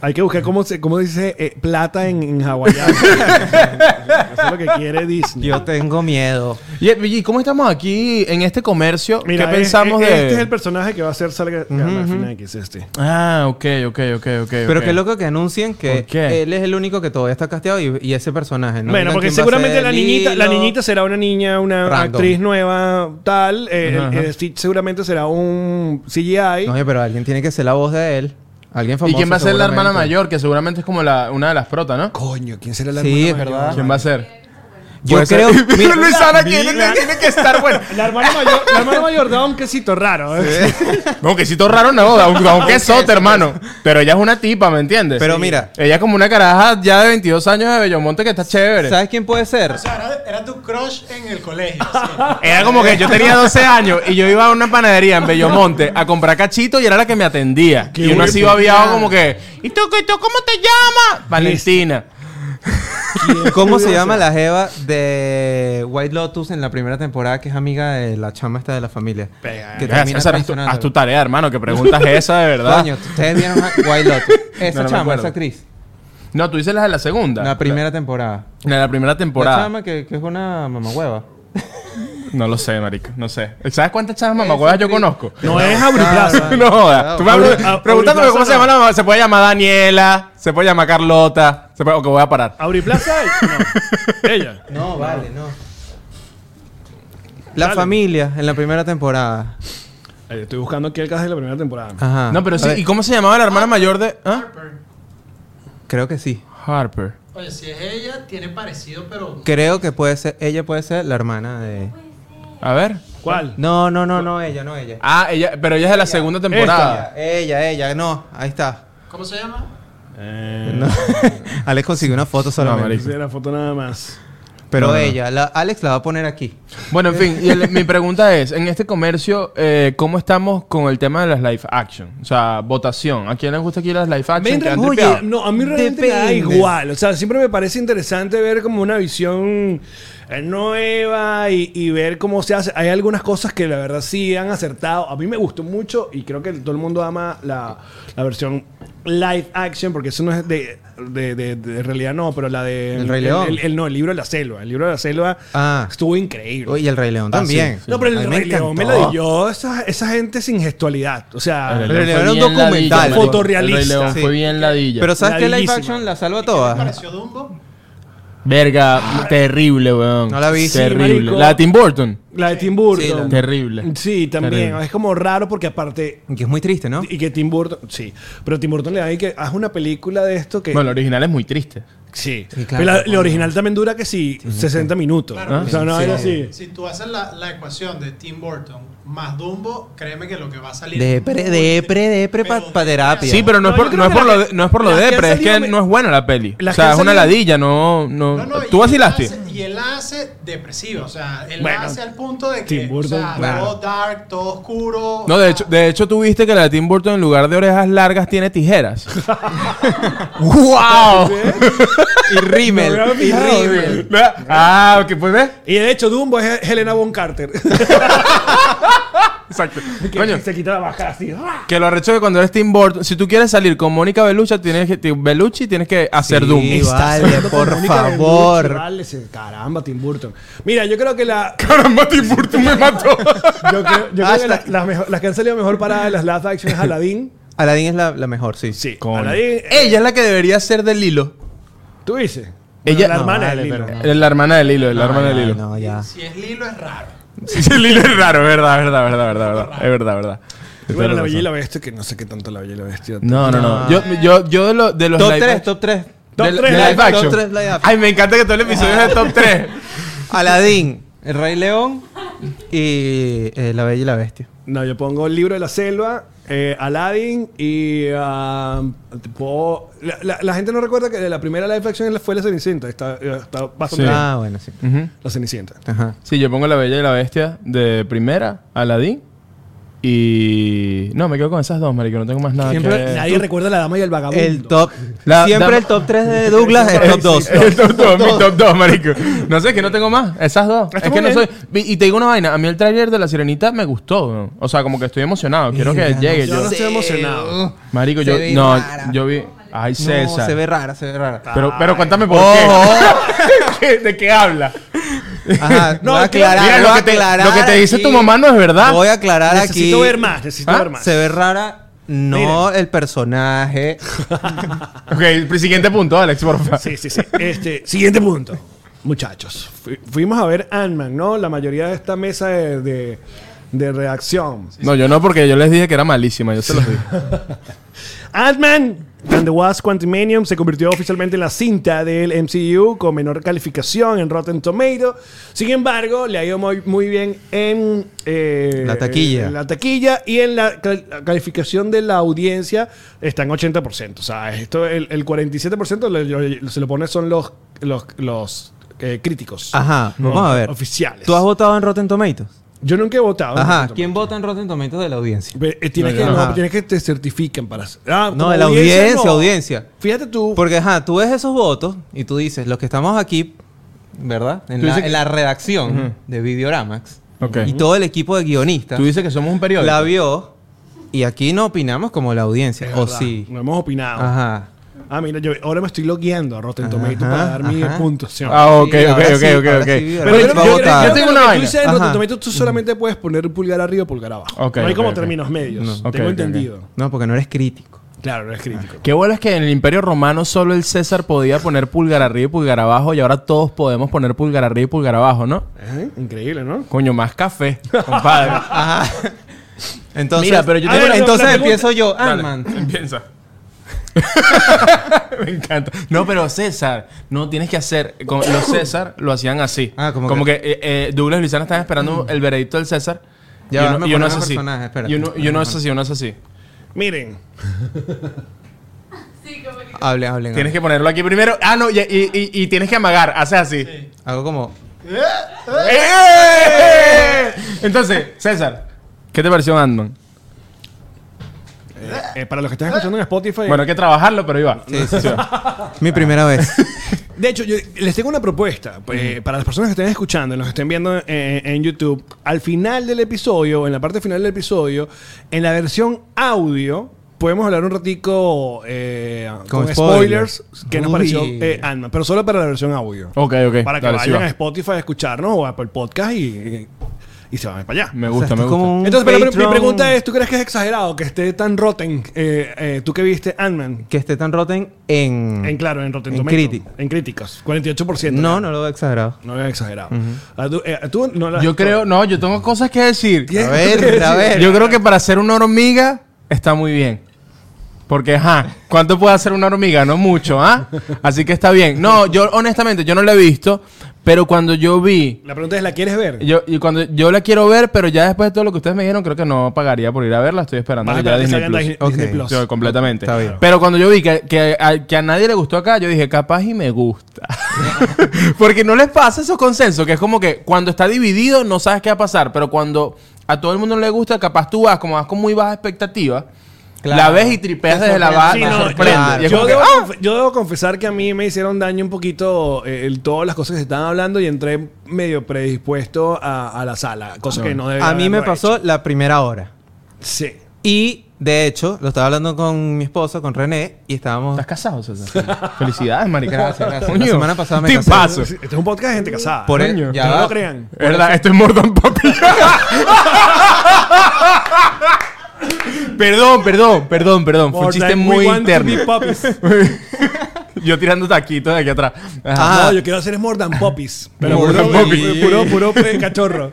S2: Hay que buscar cómo, se, cómo dice eh, plata en, en hawaiano. Eso es lo que quiere Disney.
S3: Yo tengo miedo.
S1: Y, y cómo estamos aquí en este comercio?
S2: Mira,
S1: ¿Qué
S2: es-
S1: pensamos
S2: es-
S1: de.?
S2: Este es el personaje que va a ser Salga que es este.
S1: Ah, ok, ok, ok, ok.
S3: Pero
S1: ok.
S3: qué loco que anuncien que
S1: ¿Por qué?
S3: él es el único que todavía está casteado y, y ese personaje. ¿no?
S2: bueno,
S3: Digan
S2: porque
S3: quién va a
S2: seguramente
S3: ser
S2: la niñita, la
S3: Lilo.
S2: niñita será una niña, una
S3: Random.
S2: actriz nueva, tal. Eh,
S1: Ajá,
S2: el-
S1: ajá.
S2: el Stitch seguramente será un CGI.
S3: No, oye, pero alguien tiene que ser la voz de él. Alguien
S1: ¿Y
S3: famoso.
S1: quién va a ser la hermana
S3: seguramente.
S1: mayor? Que seguramente es como la, una de las protas, ¿no?
S2: Coño, ¿quién será la
S3: Sí, es
S2: mayor?
S3: verdad.
S1: ¿Quién va a ser?
S3: Ah. Yo
S1: Puede
S3: creo.
S1: ser-
S3: mira,
S1: Luisana tiene, tiene que estar bueno.
S2: La hermana mayor, la hermana mayor da un quesito raro. ¿eh?
S1: No, que si todo raro no, aunque, aunque es sota, hermano. Pero ella es una tipa, ¿me entiendes?
S3: pues. Pero mira.
S1: Ella es como una caraja ya de 22 años de Bellomonte que está chévere.
S3: ¿Sabes quién puede ser?
S4: O sea, era, era tu crush en el colegio. sí.
S1: Era como que yo tenía 12 años y yo iba a una panadería en Bellomonte a comprar cachito y era la que me atendía.
S2: Qué
S1: y uno así
S2: bueno.
S1: babiado como que, ¿y tú, qué- tú cómo te llamas? Valentina.
S3: ¿Cómo se llama la jeva de White Lotus en la primera temporada que es amiga de la chama esta de la familia?
S4: Pega,
S3: que
S1: Mira,
S3: termina
S1: César, haz tu, haz tu
S3: traicionándolo.
S1: tarea, hermano, que preguntas esa de verdad.
S3: Coño, ustedes vieron a White Lotus.
S1: No, no
S3: Esa
S1: me
S3: chama,
S1: acuerdo.
S3: esa actriz.
S1: No, tú dices las de la segunda.
S3: La primera temporada.
S1: La de la primera temporada.
S3: La chama que, que es una mamahueva.
S1: No lo sé, marico. No sé. ¿Sabes cuántas
S3: Eh,
S1: chamas mamacuevas yo
S3: actriz.
S1: conozco?
S2: No es
S3: Ah,
S2: Auriplaza.
S1: No jodas. Tú me
S2: Auri-
S1: preguntas-
S2: Auri-
S1: preguntándome
S2: Auriplaza
S1: cómo se
S2: no.
S1: llama la mamá. Se puede llamar Daniela, se puede llamar Carlota. Se puede... Ok, voy a parar.
S2: ¿Auriplaza? eh, No. Ella.
S3: No, vale, no. La familia en la primera temporada.
S2: Eh, Estoy buscando aquí el caso de la primera temporada.
S3: Ajá.
S1: No, pero
S3: Ah, A
S1: sí.
S3: ver,
S1: ¿Y cómo se llamaba la hermana mayor de.? ¿Ah?
S4: Harper.
S3: Creo que sí.
S1: Harper.
S4: Oye, si es ella, tiene parecido, pero.
S3: Creo que puede ser. Ella puede ser la hermana de.
S1: A ver.
S2: ¿Cuál?
S3: No, no, no, no, ella, no ella.
S1: Ah, ella, pero ella es de la segunda temporada.
S3: Ella, ella, ella, no, ahí está.
S4: ¿Cómo se llama?
S3: No. Alex consiguió una foto
S1: No,
S3: solamente.
S1: marico.
S2: Eh, Esa era la foto nada más.
S3: pero
S1: No, no, no.
S3: ella, la- Alex la va a poner aquí.
S1: Bueno, en fin, y el- mi pregunta es: en este comercio, eh, ¿cómo estamos con el tema de las live action? O sea, votación. ¿A quién les gusta aquí las live action? que han
S3: Oye,
S1: tripeado?
S2: No, a mí realmente me da
S3: Depende.
S2: igual. O sea, siempre me parece interesante ver como una visión eh, nueva y, y ver cómo se hace. Hay algunas cosas que la verdad sí han acertado. A mí me gustó mucho y creo que todo el mundo ama la, la versión live action porque eso no es de, de, de- de realidad, no, pero la de...
S3: El Rey León.
S2: El, el- no, el libro de la selva. El libro de la selva
S3: Ah.
S2: estuvo increíble. Ah,
S3: Oye, el Rey León
S1: Ah,
S3: también.
S2: No, pero
S3: A
S2: el
S3: mí me
S2: Rey León me
S3: encantó.
S2: la dio esa, esa gente sin gestualidad. O sea,
S1: El
S3: Rey León
S1: fue
S3: era un
S1: bien
S3: documental.
S1: ladilla, marico.
S2: Fotorrealista.
S1: El Rey León
S3: Sí.
S1: fue bien ladilla.
S3: Pero ¿sabes qué live
S2: Ladillísima.
S3: action la salva
S4: ¿Qué te
S3: todas?
S4: pareció Dumbo?
S1: Verga, terrible, weón.
S3: No la vi. Sí,
S1: Terrible.
S2: marico.
S1: la de Tim Burton.
S2: La de Tim Burton.
S3: Sí, la-
S1: Terrible.
S2: Sí, también.
S1: Terrible.
S2: Es como raro porque aparte...
S3: Que es muy triste, ¿no?
S2: Y que Tim Burton... Sí. Pero Tim Burton le da ahí que haz una película de esto que...
S1: Bueno, el original es muy triste.
S2: sí.
S3: Sí, claro.
S2: Pero la, la original también dura que sí, 60 minutos.
S4: Claro.
S2: O sea, una
S3: Sí.
S2: vaina así.
S4: Si tú haces la, la ecuación de Tim Burton más Dumbo, créeme que lo que va a salir.
S3: Depre, depre, depre pa- pa' terapia.
S1: Sí, pero no, es
S2: No,
S1: por,
S2: yo creo
S1: no es
S2: que
S1: por
S2: la
S1: lo
S2: que-
S1: de- no es por lo
S2: las que
S1: depre,
S2: han
S1: es que
S2: salido me-
S1: no es buena la peli. O
S2: las
S1: sea,
S2: que
S1: es
S2: han
S1: una
S2: salido-
S1: ladilla, no, no.
S4: y
S1: Tú
S4: él
S1: vacilaste.
S4: hace- Y él hace depresivo, o sea, él
S2: Bueno,
S4: hace al punto de que
S2: Tim Burton,
S4: o sea,
S2: claro.
S4: todo dark, todo oscuro.
S1: No, de hecho, de hecho tú viste que la de Tim Burton en lugar de orejas largas tiene tijeras. ¡Wow!
S3: Y Rimmel.
S2: No me había
S3: y
S2: fijado,
S3: Rimmel.
S1: ah, ok, pues ves.
S2: Y de hecho Dumbo es Helena Von Carter.
S1: Exacto.
S2: que
S1: Coño,
S2: se quita la baja así. ¡ah!
S1: que lo arrecho que cuando eres Tim Burton, si tú quieres salir con Mónica Bellucci, tienes que Bellucci tienes que hacer
S3: Sí,
S1: Dumbo.
S3: va. Vale,
S2: saliendo con
S3: por
S2: Mónica Bellucci,
S3: favor.
S2: vale, se- caramba, Tim Burton. Mira, yo creo que la...
S1: Caramba, Tim Burton me mató.
S2: Yo creo, yo creo que la-
S3: Hashtag.
S2: las, mejor- las que han salido mejor paradas de las live action es Aladdin.
S3: Aladdin es la, la mejor, sí.
S2: Sí.
S1: Coño.
S2: Aladdin,
S3: Eh.
S1: Ella es la que debería ser del hilo.
S2: Tú dices.
S1: Ella-
S2: Bueno, la
S1: no,
S2: hermana
S3: vale,
S2: de Lilo.
S3: pero no.
S1: La hermana del hilo, la
S3: No,
S1: hermana
S3: ya,
S1: del hilo.
S3: No, ya.
S4: Si es Lilo, es raro.
S1: Sí, el hilo es raro, es verdad, verdad, verdad, verdad, verdad. Es verdad, verdad.
S2: Y
S1: toda
S2: bueno, la
S1: la
S2: Bella y
S1: razón.
S2: la Bestia, que no sé qué tanto la Bella y la Bestia.
S1: No, no, no. Yo, yo, yo de, lo- de los
S3: Top
S1: live
S3: 3, top 3.
S2: Top
S1: de-
S2: tres
S1: de
S2: live-
S1: live action.
S3: top tres live action.
S1: Ay, me encanta que todo el episodio es de top 3.
S3: Aladín, El Rey León y eh, La Bella y la Bestia.
S2: No, yo pongo el libro de la selva, eh, Aladdin y. ah, te puedo- la, la- la gente no recuerda que la primera live action fue la Cenicienta. Está, está bastante
S1: Sí.
S2: bien.
S3: Ah, bueno, sí.
S2: La Cenicienta.
S3: Ajá.
S1: Sí, yo pongo La Bella y la Bestia de primera, Aladdin. Y. No, me quedo con esas dos, marico. No tengo más nada
S3: Siempre-
S1: que.
S2: Nadie recuerda a la dama y el vagabundo.
S3: El top.
S1: La-
S3: siempre
S1: dame-
S3: el top 3 de Douglas es top 2.
S1: El top 2, mi top 2, marico. No sé, es que no tengo más. Esas dos. es que no soy. Y y te digo una vaina. A mí el tráiler de La Sirenita me gustó. ¿no? O sea, como que estoy emocionado. Quiero que
S3: Mira,
S1: llegue
S3: no
S1: yo.
S2: Yo no estoy emocionado.
S1: Marico,
S3: Se
S1: yo.
S3: ve
S1: No,
S3: rara.
S1: yo vi. Ay, César.
S3: No, se ve rara, se ve rara.
S1: Pero, pero cuéntame por
S3: Oh,
S1: qué. ¿De qué habla?
S3: Ajá,
S2: No,
S3: voy a
S2: es que-
S3: aclarar,
S1: Mira, lo
S3: voy a
S1: que te-
S3: aclarar
S1: lo que te dice
S3: aquí.
S1: tu mamá no es verdad.
S3: Voy a aclarar
S2: necesito
S3: aquí.
S2: ver más, necesito
S1: ¿Ah?
S2: ver más.
S3: Se ve rara, no el personaje.
S1: Ok, el siguiente punto, Alex, por favor.
S2: Sí, sí, sí. Este, siguiente punto. Muchachos, Fu- fuimos a ver Ant-Man, ¿no? La mayoría de esta mesa de, de, de reacción.
S1: No, yo no, porque yo les dije que era malísima. Yo se los dije.
S2: Ant-Man and the Wasp Quantumanium se convirtió oficialmente en la cinta del MCU con menor calificación en Rotten Tomato. Sin embargo, le ha ido muy, muy bien en eh,
S3: La taquilla.
S2: en la taquilla y en la cal- la calificación de la audiencia está en 80%. O sea, esto, el, el 47% lo- lo- se lo pone son los, los, los, eh, críticos.
S3: Ajá, vamos Ah, a ver.
S2: Oficiales.
S3: ¿Tú has votado en Rotten Tomatoes?
S2: Yo nunca he votado.
S3: Ajá,
S2: Nunca he
S3: ¿quién vota en Rotten Tomatoes de la audiencia?
S2: Ve- eh, Tienes,
S1: No,
S2: que,
S1: yo
S3: no.
S2: no,
S3: Ajá.
S2: tienes que te certifican para... Ah,
S3: No,
S2: como
S3: de la audiencia, audiencia.
S2: Fíjate tú.
S3: Porque, ajá, tú ves esos votos y tú dices, los que estamos aquí, ¿verdad? En,
S1: Tú
S3: la,
S1: dices que-
S3: en la redacción
S1: Ujú.
S3: de Videoramax.
S1: Ok.
S3: Y todo el equipo de guionistas
S1: Tú dices que somos un periódico. Ah,
S3: la vio y aquí no opinamos como la audiencia.
S2: Es
S3: O
S2: verdad,
S3: sí.
S2: No hemos opinado.
S3: Ajá.
S2: Ah, mira, yo ahora me estoy logueando a Rotten Tomatoes
S3: Ajá,
S2: para dar mi
S3: ajá.
S2: puntuación.
S1: Ah, ok,
S3: Sí,
S1: ok,
S3: ahora
S1: ok,
S3: sí,
S1: ok,
S3: ahora
S1: ok.
S3: sí,
S1: Pero
S3: ahora
S1: yo-
S3: sí
S1: yo-
S3: va a
S1: yo-
S3: votar.
S1: yo tengo una
S2: Tú
S1: vaina.
S2: dices en Rotten
S3: Ajá.
S2: Tomatoes, tú solamente puedes poner pulgar arriba o pulgar abajo.
S1: Ok,
S2: no hay como
S1: ok, ok.
S2: términos medios.
S1: No. Ok,
S2: Tengo
S1: ok,
S2: entendido.
S3: No, porque no eres crítico.
S2: Claro, no es crítico.
S1: Qué bueno es que en el Imperio Romano solo el César podía poner pulgar arriba y pulgar abajo y ahora todos podemos poner pulgar arriba y pulgar abajo, ¿no?
S2: Ajá, Increíble, ¿no?
S1: Coño, más café, compadre.
S3: Ajá. Entonces, ah,
S1: Mira, pero yo
S2: A tengo ver, una-
S3: entonces
S2: la pregunta-
S3: empiezo yo,
S1: Dale,
S3: Ant-Man.
S1: Empieza. Me encanta. No, pero César, no tienes que hacer. como Los César lo hacían así.
S3: Ah, como
S1: como que, Mm. eh, eh, Douglas y Luisana están esperando el veredicto del César.
S3: Ya
S1: y
S3: va,
S1: uno,
S3: me
S1: y uno
S3: ponen
S1: es
S3: los
S1: así.
S3: personajes, espérate.
S1: Y uno, y uno es así, uno es así.
S2: Miren.
S3: Hablen, hablen.
S1: Tienes que ponerlo aquí primero. Ah, no, y, y- y- y tienes que amagar. Haces así.
S3: hablen. Hago como...
S1: ¡Eh! Entonces, César, ¿qué te pareció Ant-Man?
S2: eh, para los que están escuchando en Spotify.
S1: Bueno, hay que trabajarlo, pero iba.
S3: Sí, sí, sí. Mi primera vez.
S2: De hecho, yo les tengo una propuesta. eh, para las personas que estén escuchando y nos estén viendo eh, en YouTube, al final del episodio, en la parte final del episodio, en la versión audio, podemos hablar un ratico eh, con,
S3: Con
S2: spoilers, que nos
S3: Uy.
S2: pareció eh, Ant-Man, pero solo para la versión audio.
S1: Ok, ok.
S2: para que
S1: dale, sí
S2: vayan a
S1: va.
S2: Spotify a escucharnos o a Apple Podcast y, y- y se van para allá.
S1: Me
S3: O
S1: gusta,
S3: sea, esto
S1: me
S3: es
S1: gusta.
S3: como un
S2: Entonces, pero mi- mi
S3: Patreon
S2: pregunta es, ¿tú crees que es exagerado que esté tan rotten eh, eh, tú que viste Ant-Man?
S3: Que esté tan roten en...
S2: En claro, en Rotten
S3: En
S2: Tomatoes.
S3: crítica.
S2: En críticas. 48%.
S3: No, no lo veo exagerado.
S2: No es exagerado. Ah, tú- eh, tú no la-
S1: Yo creo, no, yo tengo cosas que decir.
S3: A ver, a ver.
S1: Yo creo que para ser una hormiga está muy bien. Porque, ajá, ¿cuánto puede hacer una hormiga? No mucho, ¿ah? Así que está bien. No, yo honestamente, yo no la he visto, pero cuando yo vi,
S2: La pregunta es, ¿la quieres ver?
S1: yo, y cuando yo la quiero ver, pero ya después de todo lo que ustedes me dijeron, creo que no pagaría por ir a verla, estoy esperando.
S2: Vas a
S1: que
S2: esperar
S1: llegue
S2: que
S1: a
S2: salga en
S1: Disney
S2: Disney,
S1: Plus.
S3: Ok.
S2: Disney Plus.
S1: Yo, completamente.
S3: Está bien.
S1: Pero cuando yo vi que, que, a, que a nadie le gustó acá, yo dije, capaz y me gusta. Porque no les pasa esos consensos, que es como que cuando está dividido no sabes qué va a pasar, pero cuando a todo el mundo le gusta, capaz tú vas, como vas con muy baja expectativa,
S3: Claro.
S1: la ves y tripeas
S3: Te
S1: desde la
S3: sorprende.
S1: baja,
S2: Sí,
S1: te
S3: Ah,
S2: no,
S3: me
S1: sorprende. Y
S3: claro.
S2: yo,
S1: es
S2: yo
S1: como que,
S2: debo,
S1: ¡ah!
S2: conf- yo debo confesar que a mí me hicieron daño un poquito eh, el- todas las cosas que se estaban hablando y entré medio predispuesto a, a la sala, cosa que no debería
S3: A mí me
S2: haberlo
S3: pasó la primera hora.
S2: hecho. Sí.
S3: Y, de hecho, lo estaba hablando con mi esposo, con René, y estábamos...
S1: ¿Estás casado, César? Felicidades, marica.
S3: Gracias, gracias. La semana pasada me casé.
S1: Tipazo.
S2: Sí, Este es un podcast de gente casada.
S3: Por
S2: eso.
S3: el, ya
S2: No
S3: va.
S2: lo crean.
S1: ¿Verdad? Esto es Mordón Papi. perdón, perdón, perdón, perdón. Fue un
S2: More
S1: chiste
S2: than we
S1: muy
S2: want to be
S1: interno.
S2: puppies.
S1: Yo tirando taquitos de aquí atrás. Ajá.
S3: Ah.
S2: No, yo quiero hacer es more than poppies. Pero
S3: More
S2: puro,
S3: than poppies.
S2: puro, puro, puro cachorro.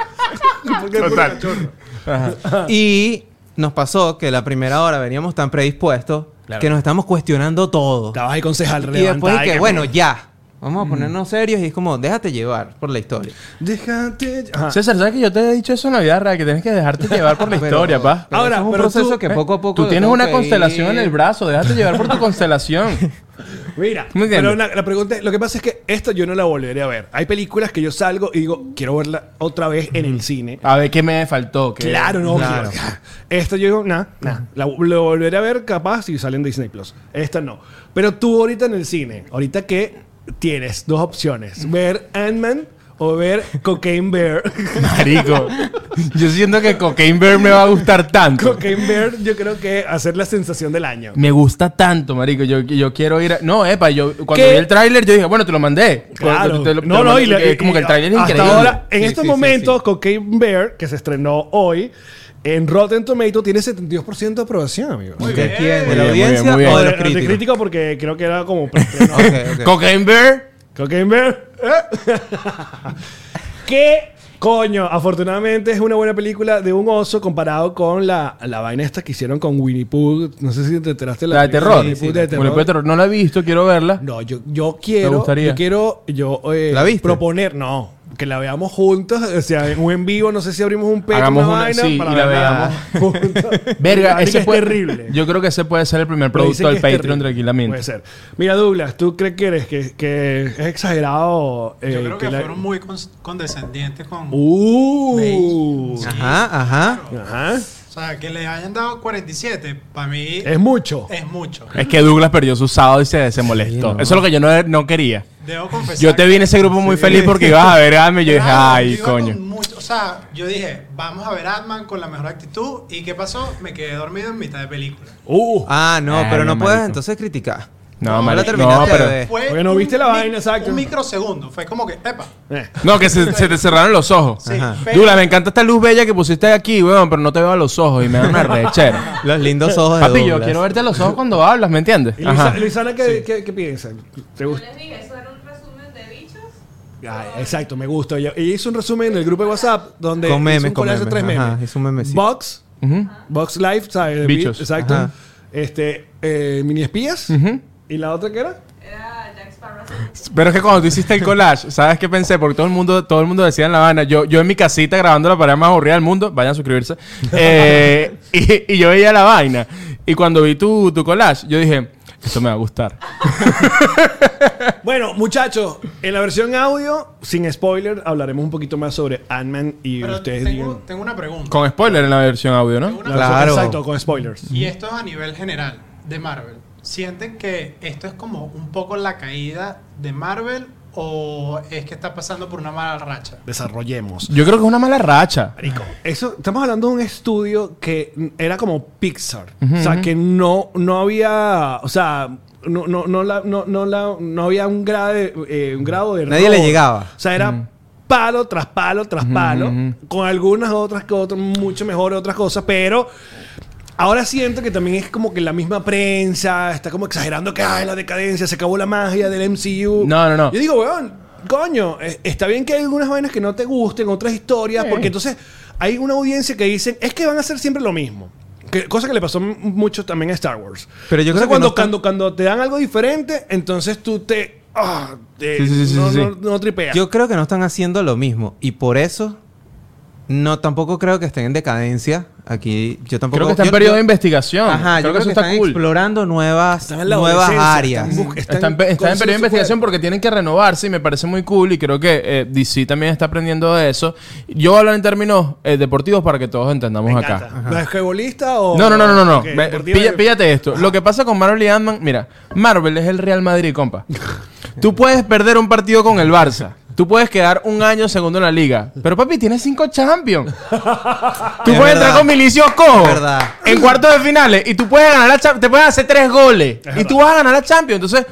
S2: ¿Por qué puro
S1: Total.
S2: cachorro?
S3: Y nos pasó que la primera hora veníamos tan predispuestos
S2: Claro.
S3: que nos estábamos cuestionando todo.
S2: Estabas ahí concejal
S3: Y después
S2: levantada
S3: de
S2: y
S3: que, bueno, ya.
S1: Mm.
S3: Vamos a ponernos serios y es como, déjate llevar por la historia.
S2: Déjate. Ajá.
S1: César, ¿sabes que yo te he dicho eso en la vida real? Que tienes que dejarte llevar por la
S3: Pero-
S1: historia, pa.
S3: pero
S2: Ahora,
S3: eso es un
S2: pero
S3: proceso
S2: tú-
S3: que poco a poco.
S1: Tú
S3: lo
S1: tienes
S3: tengo
S1: una
S3: que
S1: constelación en
S3: ir-
S1: el brazo, déjate llevar por tu constelación.
S2: Mira,
S1: Muy bien.
S2: pero la, la pregunta, es- lo que pasa es que esto yo no la volveré a ver. Hay películas que yo salgo y digo, quiero verla otra vez en el cine.
S1: A ver qué me faltó. ¿Qué-
S2: Ah, Claro, no.
S3: Claro.
S2: quiero- Esto yo digo, nah, nah. La, lo volveré a ver capaz si sale en Disney Plus. Esta no. Pero tú ahorita en el cine, ahorita que tienes dos opciones: ver Ant-Man o ver Cocaine Bear.
S1: Marico. Yo siento que Cocaine Bear me va a gustar tanto.
S2: Cocaine Bear, yo creo que hacer la sensación del año.
S1: Me gusta tanto, marico. Yo, yo quiero ir a... No, epa, yo cuando
S2: ¿Qué?
S1: vi el tráiler yo dije, bueno, te lo mandé.
S2: Claro.
S1: Te lo- te
S2: no,
S1: lo
S2: no,
S1: mandé
S2: y la-
S1: porque
S2: y-
S1: es como que el tráiler es
S2: hasta
S1: increíble.
S2: ahora, en
S3: Sí,
S2: estos
S3: sí, sí,
S2: momentos,
S3: sí.
S2: Cocaine Bear, que se estrenó hoy, en Rotten Tomato tiene 72% de aprobación, amigo.
S4: Muy
S3: ¿De
S4: bien.
S3: quién? ¿De
S1: Muy
S3: la
S1: bien, muy bien,
S3: audiencia
S1: muy bien.
S3: o
S2: O
S3: de
S2: de,
S3: los
S2: o de
S3: críticos?
S2: crítico porque creo que era como... preestreno.
S3: Ok, ok.
S1: Cocaine Bear.
S2: Cocaine Bear. ¿eh? ¿Qué coño? Afortunadamente es una buena película de un oso comparado con la, la vaina esta que hicieron con Winnie Pooh. No sé si te enteraste.
S1: La de
S2: película
S1: terror.
S2: Winnie
S1: Sí,
S2: Pooh de
S1: Bueno,
S2: terror.
S1: pero terror. No la he visto, quiero verla.
S2: No, yo, yo quiero.
S1: ¿Te gustaría?
S2: Yo quiero. Yo, eh,
S3: ¿La viste?
S2: Proponer, no. Que la veamos juntos. O sea, en un en vivo, no sé si abrimos un pecho,
S1: Hagamos
S2: una
S1: una-
S2: vaina.
S1: sí, y la
S2: veamos juntos.
S1: Verga,
S2: Marica,
S1: ese
S2: es
S1: puede-
S2: terrible.
S1: Yo creo que ese puede ser el primer
S2: Pero dicen
S1: producto del
S2: que es
S1: Patreon
S2: terrible.
S1: tranquilamente.
S2: Puede ser. Mira, Douglas, ¿tú crees que eres que, que es exagerado? eh,
S4: Yo creo que
S2: la-
S4: fueron muy cons- condescendientes con.
S2: Uh.
S4: Sí.
S3: Ajá, ajá.
S2: Ajá.
S4: O sea, que le hayan dado 47, para mí es,
S2: Es mucho.
S4: Eh. mucho.
S1: Es que Douglas perdió su sábado y se, se molestó.
S3: Sí, no.
S1: Eso es lo que yo no, no quería.
S4: Debo confesar.
S1: Yo te vi en ese grupo muy feliz porque ibas a ver a Amy y yo dije,
S4: Claro,
S1: ay,
S4: yo iba con
S1: coño.
S4: mucho- o sea, yo dije, vamos a ver Ant-Man con la mejor actitud. ¿Y qué pasó? Me quedé dormido en mitad de película.
S2: Uh.
S3: Ah, no,
S1: Ah,
S3: pero
S1: no,
S3: no puedes
S1: marico.
S3: entonces criticar.
S1: No,
S3: No, la
S1: marico, no,
S3: terminaste de
S1: pero...
S3: ver.
S4: Fue
S2: Porque no
S4: un
S2: viste la
S4: mi-
S2: vaina, exacto.
S4: Un microsegundo. Fue como que, epa.
S2: Eh.
S1: No, que se, se te cerraron los ojos.
S4: Sí,
S3: Ajá.
S4: pero-
S1: Douglas, me encanta esta luz bella que pusiste aquí, weón, pero no te veo a los ojos y me da una rechera.
S3: Los lindos ojos de
S1: Papi, yo
S3: Douglas.
S1: quiero verte a los ojos cuando hablas, ¿me entiendes?
S2: ¿Y
S1: Ajá.
S2: Luisa- Luisana, ¿qué, qué- qué piensa? ¿Te
S5: Yo
S2: gusta?
S5: les dije, eso era un resumen de bichos.
S2: Ah, exacto, me gusta. Ella ella hizo un resumen en el grupo de WhatsApp donde
S3: Con memes,
S2: hizo un
S3: con
S2: collage de
S3: memes.
S2: tres memes.
S3: Ajá, hizo un memecito.
S2: Box,
S1: Ujú.
S2: Box Life, ¿sabes? De
S1: Bichos.
S2: bi- Exacto.
S3: Ajá.
S2: Este, eh, mini espías.
S1: Ujú.
S2: ¿Y la otra qué era?
S5: Era Jack Sparrow. haciendo un
S1: Pero es que cuando tú hiciste el collage, ¿sabes qué pensé? Porque todo el mundo, todo el mundo decía en La Habana, yo, yo en mi casita grabando la pared más aburrida del mundo, vayan a suscribirse, eh, y, y yo veía la vaina. Y cuando vi tu, tu collage, yo dije, esto me va a gustar.
S2: Bueno, muchachos, en la versión audio, sin spoiler, hablaremos un poquito más sobre Ant-Man y
S4: Pero
S2: ustedes
S4: tengo,
S2: digan.
S4: tengo una pregunta.
S1: Con spoiler en la versión audio, ¿no?
S4: Una-
S2: La versión-
S3: Claro.
S2: Exacto, con spoilers.
S4: Y esto es a nivel general de Marvel. ¿Sienten que esto es como un poco la caída de Marvel o es que está pasando por una mala racha?
S2: Desarrollemos.
S1: Yo creo que es una mala racha.
S2: Marico, eso, estamos hablando de un estudio que mm, era como Pixar. o sea, que no, no había. O sea. No, no, no, la- no, no, la- no había un grado de, eh, un grado de
S3: Nadie
S2: error.
S3: le llegaba.
S2: O sea, era palo tras palo tras palo. Con algunas otras que otras, mucho mejor otras cosas. Pero ahora siento que también es como que la misma prensa está como exagerando que ay, la decadencia, se acabó la magia del MCU.
S1: No, no, no.
S2: Yo digo, weón, coño, eh, está bien que hay algunas vainas que no te gusten, otras historias, porque entonces hay una audiencia que dicen, es que van a hacer siempre lo mismo. Que- cosa que le pasó m- mucho también a Star Wars.
S3: Pero yo creo
S2: Entonces,
S3: que
S2: cuando,
S3: no están-
S2: cuando, cuando te dan algo diferente, entonces tú te... ah, te-
S1: Sí, sí, sí,
S2: no,
S1: sí, sí.
S2: no- no tripeas.
S3: Yo creo que no están haciendo lo mismo. Y por eso, no, tampoco creo que estén en decadencia. Aquí, yo tampoco.
S1: Creo que está en
S3: yo-
S1: periodo
S3: yo-
S1: de investigación.
S3: Ajá, yo creo que,
S1: eso está
S3: están
S1: cool.
S3: explorando nuevas,
S2: Están en la
S3: nuevas
S2: adolescencia,
S3: áreas.
S2: están bu-
S1: Está en, pe- está en periodo de investigación porque tienen que renovarse y me parece muy cool y creo que eh, DC también está aprendiendo de eso. Yo voy a hablar en términos eh, deportivos para que todos entendamos
S2: Me
S1: acá.
S2: encanta. ¿Basquetbolista o.?
S1: No, no, no, no, no. no.
S2: Ok,
S1: Ve-
S2: deportiva-
S1: pilla- píllate esto. Lo que pasa con Marvel y Ant-Man, mira, Marvel es el Real Madrid, compa. Tú puedes perder un partido con el Barça. Tú puedes quedar un año segundo en la liga. Pero papi, tienes cinco champions. Tú
S3: Es
S1: puedes
S3: verdad.
S1: entrar con Milicio Cojo
S3: Es verdad.
S1: en cuartos de finales y tú puedes ganar la Champions. Te pueden hacer tres goles y tú vas a ganar la Champions. Entonces,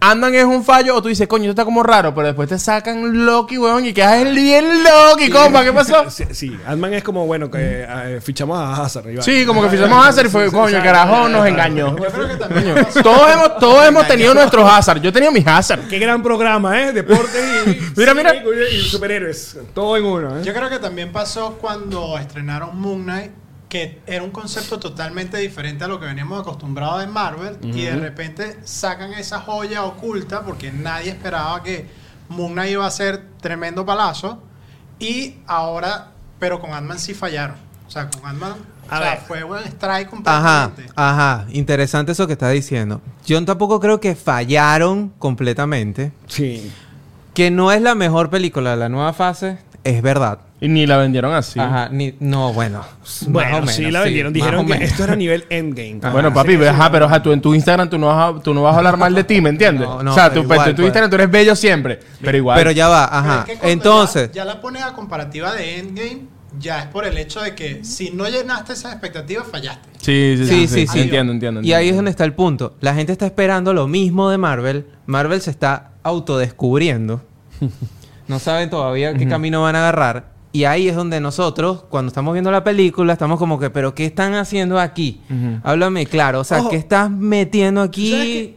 S1: andan es un fallo o tú dices, coño, esto está como raro. Pero después te sacan Loki, weón, y quedas el bien Loki, compa. ¿Qué pasó?
S2: Sí, sí. Ant-Man es como, bueno, que eh, fichamos a Hazard. y va.
S1: Sí, como que fichamos a Hazard y fue, coño, carajo, nos engañó.
S4: Yo creo que también
S1: Todos hemos, todos hemos tenido nuestros Hazard. Yo he tenido mis Hazard.
S2: Qué gran programa, ¿eh? Deportes y.
S1: Mira, mira.
S2: y- Y superhéroes. Todo en uno, ¿eh?
S4: Yo creo que también pasó cuando estrenaron Moon Knight, que era un concepto totalmente diferente a lo que veníamos acostumbrados de Marvel y de repente sacan esa joya oculta porque nadie esperaba que Moon Knight iba a ser tremendo palazo y ahora, pero con Ant-Man sí fallaron. O sea, con Ant-Man
S2: A
S4: o sea,
S2: ver.
S4: fue un strike
S3: Ajá,
S4: completamente.
S3: ajá. Interesante eso que estás diciendo. Yo tampoco creo que fallaron completamente.
S2: Sí.
S3: Que no es la mejor película de la nueva fase, es verdad.
S1: Y ni la vendieron así.
S3: Ajá, ni, no, bueno.
S2: Bueno,
S3: más o
S2: sí
S3: menos,
S2: la vendieron.
S3: más o
S2: Dijeron que
S3: menos.
S2: esto era nivel endgame.
S3: Ajá.
S1: Ah, Bueno, papi,
S2: Así que
S1: ve,
S2: sí.
S1: ajá, pero ajá, tú en tu Instagram tú no vas a, tú no vas a hablar mal de ti, ¿me entiendes?
S3: No, no,
S1: o sea,
S3: pero
S1: tú, pues,
S3: igual,
S1: en tu
S3: pues.
S1: Instagram tú eres bello siempre, pero igual.
S3: Pero ya va,
S4: Pero
S3: ajá.
S4: es que cuando
S3: Entonces,
S4: Ya, ya la pones a comparativa de Endgame, ya es por el hecho de que si no llenaste esas expectativas, fallaste.
S1: Sí, sí, sí.
S3: sí, sí, sí.
S1: Entiendo, entiendo.
S3: Y ahí es
S1: entiendo.
S3: donde está el punto. La gente está esperando lo mismo de Marvel. Marvel se está autodescubriendo. No saben todavía qué camino van a agarrar. Y ahí es donde nosotros, cuando estamos viendo la película, estamos como que, pero ¿qué están haciendo aquí?
S1: Ujú.
S3: Háblame claro. O sea,
S2: Ojo.
S3: ¿qué estás metiendo
S2: ¿Sabes
S3: aquí?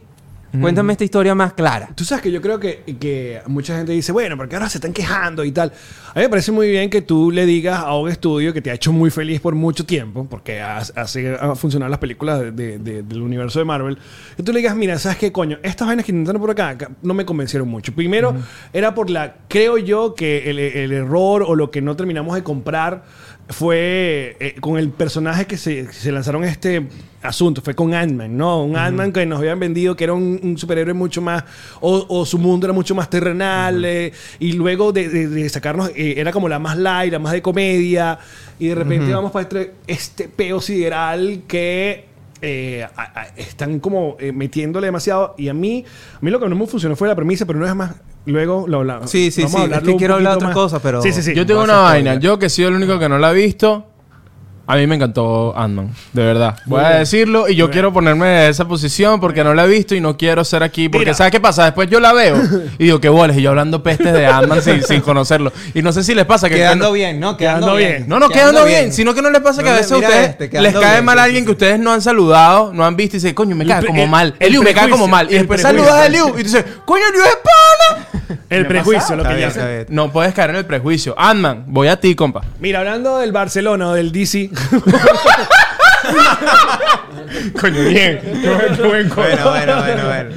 S3: Cuéntame esta historia más clara.
S2: Tú sabes que yo creo que, que mucha gente dice, bueno, porque ahora se están quejando y tal. A mí me parece muy bien que tú le digas a un estudio que te ha hecho muy feliz por mucho tiempo, porque has- hace ha funcionado las películas de- de- de- del universo de Marvel, que tú le digas, mira, ¿sabes qué, coño? Estas vainas que intentaron por acá acá no me convencieron mucho. Primero, era por la, creo yo, que el, el error o lo que no terminamos de comprar fue eh, con el personaje que se, se lanzaron este asunto, fue con Ant-Man, ¿no? Un Ant-Man que nos habían vendido que era un, un superhéroe mucho más, o, o su mundo era mucho más terrenal, eh, y luego de, de- de sacarnos, eh, era como la más light, la más de comedia, y de repente vamos para este, este peo sideral que eh, a- a- están como eh, metiéndole demasiado, y a mí, a mí lo que no me funcionó fue la premisa, pero no es más, luego lo hablamos.
S3: Sí, sí,
S2: Vamos
S3: sí,
S2: a
S3: es
S2: hablarlo
S3: que
S2: un
S3: quiero hablar
S2: poquito
S3: otra
S2: más.
S3: cosa, pero-
S2: Sí, sí, sí.
S1: Yo tengo
S3: vas
S1: una
S3: a
S1: vaina.
S3: spoiler.
S1: Yo que soy el único que no la ha visto. A mí me encantó Ant-Man, de verdad. Voy a decirlo y yo quiero ponerme en esa posición porque no la he visto y no quiero ser aquí. Porque
S2: Mira.
S1: ¿sabes qué pasa? Después yo la veo y digo, qué boles. Y yo hablando pestes de Ant-Man sin, sin conocerlo. Y no sé si les pasa que... que
S3: Quedando
S1: no-
S3: bien, ¿no?
S2: Quedando
S3: Quedando,
S2: bien.
S3: bien.
S1: No, no, quedando, bien. Sino que no les pasa que
S3: No,
S1: a veces a
S3: mira
S1: ustedes
S3: este,
S1: les
S3: quedando
S1: cae
S3: bien,
S1: mal a
S3: sí,
S1: alguien
S3: sí,
S1: que
S3: sí.
S1: ustedes no han saludado, no han visto y dicen, coño, me
S2: El
S1: cae
S2: pre-
S1: como
S2: el-
S1: mal.
S2: el
S1: Eliu, me cae como
S2: prejuicio,
S1: mal. Y
S2: el
S1: después
S2: prejuicio.
S1: saludas a Eliu y tú dices, coño, Eliu es pana.
S2: El prejuicio, lo
S3: Está
S2: que
S3: bien,
S2: ya
S3: está bien.
S1: No puedes caer en el prejuicio. Ant-Man, voy a ti, compa.
S2: Mira, hablando del Barcelona o del DC.
S1: Coño, bien.
S3: Bueno, bueno, bueno, bueno.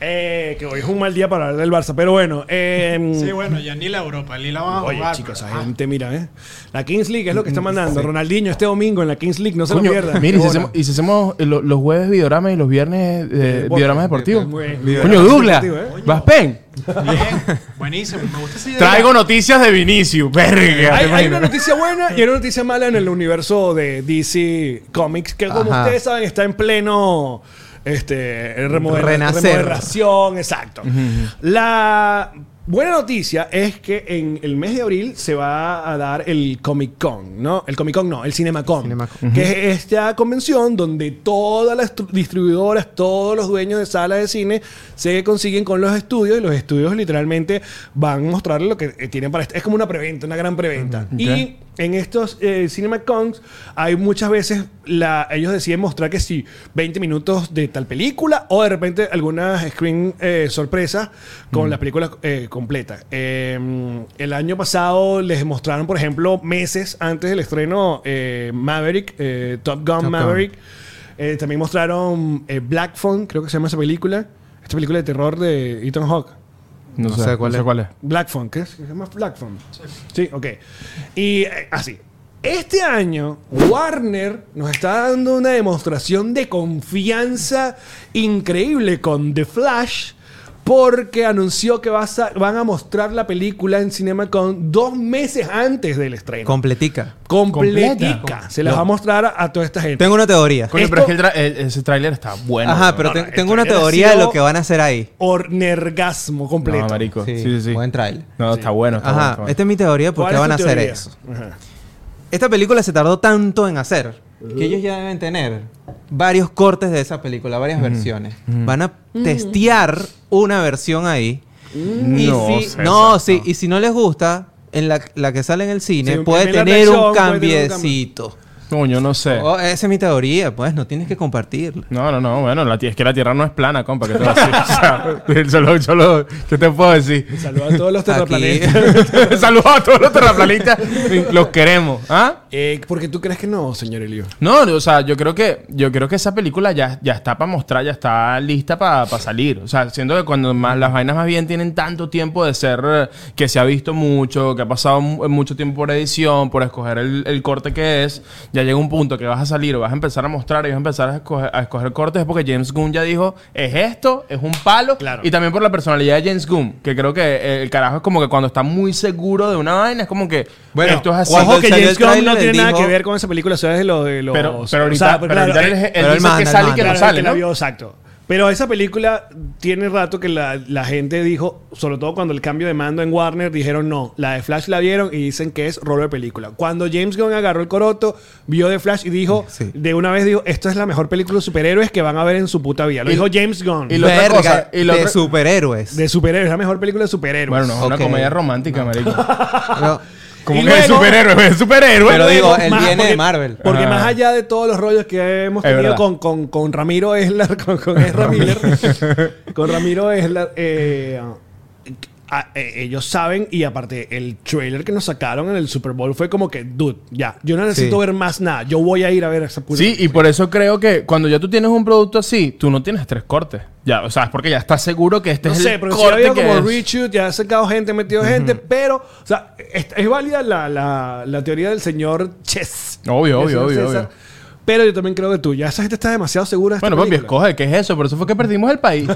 S2: eh, que hoy es un mal día para hablar del Barça, pero bueno. eh,
S4: Sí, bueno, ya ni la Europa, ni la vamos a
S2: Oye,
S4: jugar.
S2: chicos, esa
S4: pero, ah,
S2: gente, mira, ¿eh? La Kings League es lo que está mandando. Ronaldinho este domingo en la Kings League, no se
S1: Coño,
S2: lo pierdan.
S1: mira, y si
S2: Qué
S1: hacemos,
S2: bola.
S1: y si hacemos, eh, lo- los jueves videodrama y los viernes eh,
S2: podcast.
S1: videodrama deportivo.
S2: Muy bien.
S1: Coño,
S2: Videodrama
S1: Douglas,
S2: deportivo, ¿eh?
S1: vas pen.
S4: ah, bien, buenísimo, me gusta esa idea.
S1: Traigo noticias de Vinicius, verga.
S2: Hay,
S1: ¿te
S2: hay
S1: imaginas?
S2: una noticia buena y hay una noticia mala en el universo de DC Comics, que como
S3: Ajá.
S2: ustedes saben está en pleno este, remodela-
S3: Renacer.
S2: remodelación, exacto. La buena noticia es que en el mes de abril se va a dar el Comic Con, ¿no? El Comic Con no, el CinemaCon,
S3: CinemaCon.
S2: que es esta convención donde todas las tru- distribuidoras, todos los dueños de salas de cine se consiguen con los estudios y los estudios literalmente van a mostrarle lo que eh, tienen para... este- Es como una preventa, una gran preventa.
S1: Ujú.
S2: Y
S1: Ok.
S2: en estos eh, CinemaCons hay muchas veces la, ellos deciden mostrar que sí, 20 minutos de tal película o de repente algunas screen eh, sorpresas con las películas eh, completas. Eh, el año pasado les mostraron, por ejemplo, meses antes del estreno eh, Maverick, eh, Top Gun
S3: Gun.
S2: Maverick. Eh, también mostraron eh, Black Phone, creo que se llama esa película. Esta película de terror de Ethan Hawke.
S1: No, sé, cuál, es. cuál es.
S2: Black Phone, ¿qué es? ¿Se llama Black Phone? Sí. ok. Y eh, así. Este año, Warner nos está dando una demostración de confianza increíble con The Flash. Porque anunció que vas a- van a mostrar la película en CinemaCon dos meses antes del estreno.
S3: Completica.
S2: Completica.
S1: Completa.
S2: Se las va a mostrar a, a toda esta gente.
S3: Tengo una teoría.
S1: Coño,
S2: Esto-
S1: pero es que el tra- el- ese tráiler está bueno.
S3: Ajá,
S1: weón.
S3: pero
S2: no,
S3: te-
S2: no,
S3: tengo una
S2: esto ya
S3: teoría
S2: ha
S3: de
S2: sido-
S3: lo que van a hacer ahí.
S2: Ornergasmo completo.
S1: No, marico. Sí,
S3: Sí,
S1: sí, sí.
S3: buen trailer.
S1: No, está bueno, está bueno,
S3: Ajá,
S1: está bueno.
S3: esta es mi teoría de por
S2: ¿Cuál
S3: qué
S2: es
S3: van a
S2: tu
S3: hacer
S2: teoría?
S3: eso.
S2: Ajá.
S3: Esta película se tardó tanto en hacer que ellos ya deben tener varios cortes de esa película, varias versiones. Van a testear una versión ahí. Y
S1: No,
S3: si,
S1: César,
S3: no, sí, y si no les gusta, en la, la que sale en el cine
S2: Sí,
S3: puede
S2: primera
S3: tener
S2: versión,
S3: un
S2: puede tener un cambio.
S3: cambiecito.
S1: Coño, no sé.
S3: Oh, esa es mi teoría, pues no tienes que compartirla.
S1: No, no, no. Bueno, la ti- es que la Tierra no es plana, compa. ¿Qué te voy a decir? O sea, solo- solo- ¿qué te puedo decir?
S2: Saludos a todos los
S3: Aquí,
S2: terraplanistas.
S1: Saludos a todos los terraplanistas. Los queremos. ¿Ah?
S2: Eh, porque tú crees que no, señor Elio.
S1: No, o sea, yo creo que yo creo que esa película ya, ya está para mostrar, ya está lista para salir. O sea, siento que cuando más las vainas más bien tienen tanto tiempo de ser eh, que se ha visto mucho, que ha pasado mu- eh, mucho tiempo por edición, por escoger el, el corte que es, ya llega un punto que vas a salir o vas a empezar a mostrar y vas a empezar a escoger, a escoger cortes es porque James Gunn ya dijo, es esto, es un palo
S2: Claro.
S1: y también por la personalidad de James Gunn, que creo que eh, el carajo es como que cuando está muy seguro de una vaina es como que
S3: Bueno,
S1: esto es así.
S3: cuando
S2: Ojo que
S3: él salió
S2: James
S3: el
S2: Gunn no
S3: tráiler,
S2: tiene
S3: él
S2: nada
S3: dijo-
S2: que ver con esa película, eso es de los... De los
S1: Pero, pero
S2: o
S1: ahorita,
S2: sea,
S1: pero
S2: claro,
S1: ahorita
S2: él-
S1: él, él
S3: pero él
S1: dice
S3: manda,
S1: que
S3: él
S1: sale y que
S3: manda.
S1: no
S2: Claro,
S1: sale.
S2: que la vio, exacto. Pero esa película tiene rato que la, la gente dijo, sobre todo cuando el cambio de mando en Warner, dijeron no. La de Flash la vieron y dicen que es rolo de película. Cuando James Gunn agarró el coroto, vio de Flash y dijo,
S3: Sí.
S2: de una vez dijo, esto es la mejor película de superhéroes que van a ver en su puta vida. Lo
S1: Y-
S2: dijo James Gunn.
S1: y lo- otra
S3: verga,
S1: cosa, y la
S3: de
S1: otra-
S3: superhéroes.
S2: de superhéroes, la mejor película de superhéroes.
S1: Bueno, no, es una
S3: Ok.
S1: comedia romántica, marico.
S3: No,
S1: Como
S2: Y
S1: que de
S2: luego-
S1: superhéroe, es superhéroe.
S3: Pero digo, él
S2: más-
S3: viene
S2: porque-
S3: de Marvel.
S2: Porque
S1: Ah.
S2: más allá de todos los rollos que hemos
S1: Es
S2: tenido
S1: verdad.
S2: con, con, con Ramiro Eslar, con, con Ezra Miller, con Ramiro Eslar, eh, a- eh, ellos saben, y aparte, el trailer que nos sacaron en el Super Bowl fue como que, dude, ya, yo no necesito
S3: Sí.
S2: ver más nada, yo voy a ir a ver esa puta.
S1: Sí, y por eso creo que cuando ya tú tienes un producto así, tú no tienes tres cortes. Ya, o sea, es porque ya estás seguro que este
S2: No
S1: es
S2: sé,
S1: el
S2: pero si ha
S1: corte
S2: habido
S1: que
S2: como
S1: es.
S2: reshoot, ya ha sacado gente, ha metido gente, pero, o sea, es, es válida la, la- la teoría del señor Chess.
S1: Obvio,
S2: del
S1: obvio,
S2: señor
S1: obvio,
S2: César,
S1: obvio.
S2: Pero yo también creo que tú, ya esa gente está demasiado segura. de esta
S1: Bueno, papi,
S2: película.
S1: escoge, ¿qué es eso? Por eso fue que perdimos el país.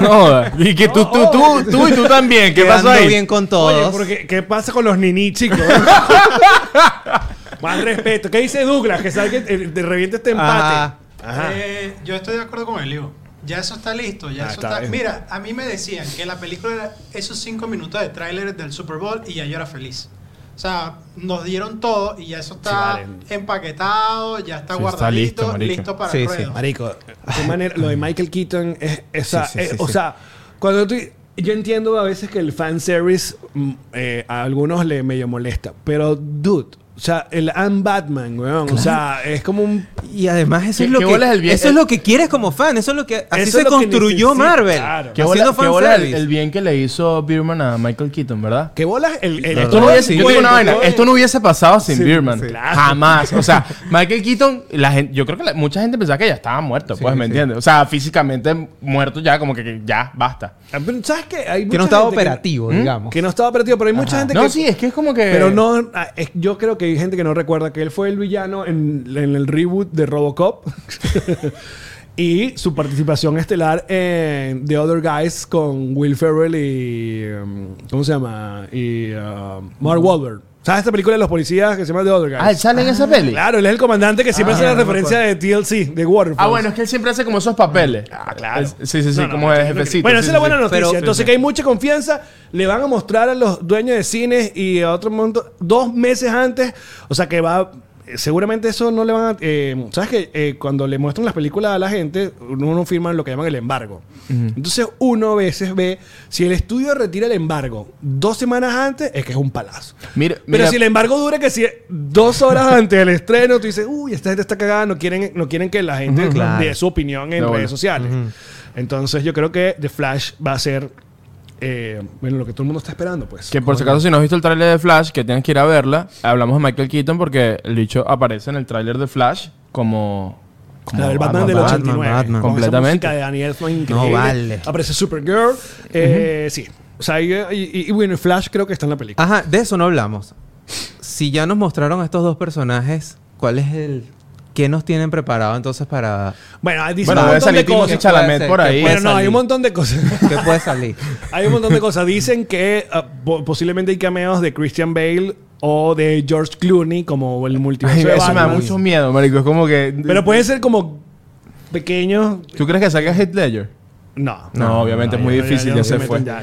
S1: no, jodas. y que tú, tú, tú, tú y tú también. ¿Qué pasó
S3: quedando
S1: ahí?
S3: bien con
S2: Oye,
S3: todos.
S2: porque, ¿qué pasa con los niní, chicos? Más respeto. ¿Qué dice Douglas? Que sabe que eh, te reviente este empate.
S3: Ajá.
S2: Ajá.
S4: Eh, yo estoy de acuerdo con el libro. Ya eso está listo.
S2: Ah,
S4: Ya eso
S2: está
S4: está
S2: bien.
S4: Mira, a mí me decían que la película era esos cinco minutos de tráiler del Super Bowl y ya yo era feliz. O sea, nos dieron todo y ya eso está
S2: Sí, vale.
S4: empaquetado, ya está
S1: Sí, está
S4: guardadito,
S1: listo,
S4: listo,
S1: marica.
S4: para
S3: Sí,
S4: el
S3: sí.
S4: ruedo.
S2: Marico, de manera, lo de Michael Keaton es esa.
S3: Sí, sí,
S2: eh,
S3: sí,
S2: o
S3: sí.
S2: sea, cuando tú. Yo entiendo a veces que el fanservice mm, eh, a algunos le medio molesta, pero dude. O sea, el I'm Batman, weón. O sea, es como un.
S3: Y además eso
S1: ¿Qué-
S3: es lo
S1: qué
S3: que
S1: bola es el bien-
S3: eso es lo que quieres como fan, eso es lo que así
S2: Eso
S3: se
S2: es lo que
S3: construyó
S2: necesita,
S3: Marvel.
S2: claro.
S1: ¿Qué bola,
S3: haciendo
S1: qué bola el,
S3: fanservice.
S1: el bien que le hizo Birman a Michael Keaton, ¿verdad?
S2: ¿Qué bolas? El, el-
S1: Esto no,
S2: todo el
S1: hubiese, yo digo una
S2: cuento,
S1: vaina,
S2: todo el-
S1: esto no hubiese pasado sin
S2: Sí,
S1: Birdman.
S2: sí. Claro.
S1: Jamás. O sea, Michael Keaton, la gente, yo creo que la- mucha gente pensaba que ya estaba muerto, pues, ¿me entiendes? O sea, físicamente muerto ya, como que, que ya, basta.
S2: Ah, pero ¿Sabes qué? Hay
S3: que
S2: mucha
S3: no estaba
S2: gente
S3: operativo, digamos.
S2: Que no estaba operativo, pero hay mucha gente
S1: No,
S2: que.
S1: sí, es que es como que...
S2: Pero no, ah, es- yo creo que hay gente que no recuerda que él fue el villano en, en el reboot de Robocop. y su participación estelar en The Other Guys con Will Ferrell y. um, ¿Cómo se llama? Y um, Mark Wahlberg. ¿Sabes esta película de los policías que se llama The Other Guys?
S1: Ah, ¿él sale en esa peli?
S2: Claro, él es el comandante que siempre hace la referencia de TLC, de Waterfall.
S1: Ah, bueno, es que él siempre hace como esos papeles. Ah,
S2: claro.
S1: sí, sí, sí,
S2: No, no,
S1: como
S2: no,
S1: de
S2: no, no,
S1: jefecito.
S2: Bueno,
S1: sí,
S2: esa es
S1: sí,
S2: la buena
S1: sí.
S2: noticia.
S3: Pero-
S2: Entonces
S1: sí, sí.
S2: que hay mucha confianza. Le van a mostrar a los dueños de cines y a otro mundo dos meses antes. O sea que va... eh, Seguramente eso no le van a... eh, ¿Sabes que Cuando le muestran las películas a la gente, uno no firma lo que llaman el embargo. Entonces uno a veces ve, si el estudio retira el embargo dos semanas antes, es que es un palazo.
S1: Mira,
S2: Pero
S1: mira-
S2: si el embargo dura que si dos horas antes del estreno, tú dices, uy, esta gente está cagada, no quieren, no quieren que la gente
S3: Ujú, claro.
S2: dé su opinión
S1: De
S2: en
S1: bola.
S2: redes sociales. Entonces yo creo que The Flash va a ser eh, bueno, lo que todo el mundo está esperando, pues.
S1: Que por si acaso, si no has visto el tráiler de Flash, que tienes que ir a verla, hablamos de Michael Keaton porque el dicho aparece en el tráiler de Flash como... como
S2: La del Batman, del
S3: Batman,
S2: 89.
S3: Batman,
S2: con esa
S1: completamente.
S2: música de Daniel Elfman increíble.
S3: No vale.
S2: Aparece Supergirl. eh, Sí. O sea, y, y- y bueno, Flash creo que está en la película.
S3: Ajá, de eso no hablamos. Si ya nos mostraron a estos dos personajes, ¿cuál es el qué nos tienen preparado entonces para
S2: Bueno, dice
S1: Bueno,
S2: un
S1: debe
S2: montón de
S1: salir Timothée
S2: cosas.
S3: Chalamet.
S1: Chalamet
S3: puede
S1: por
S3: ser, que
S1: ahí.
S3: puede
S2: Bueno, no, hay un montón de cosas.
S3: qué puede salir?
S2: Hay un montón de cosas. Dicen que ah, po- posiblemente hay cameos de Christian Bale o de George Clooney como el multiverso
S1: Ay,
S2: de
S1: eso me da
S2: Batman.
S1: mucho miedo, marico. Es como que...
S2: Pero pues puede ser como pequeños.
S1: ¿Tú crees que salga Heath Ledger?
S2: No.
S1: No, obviamente es muy difícil, ya
S2: no
S1: se
S2: meten
S1: fue.
S2: ya.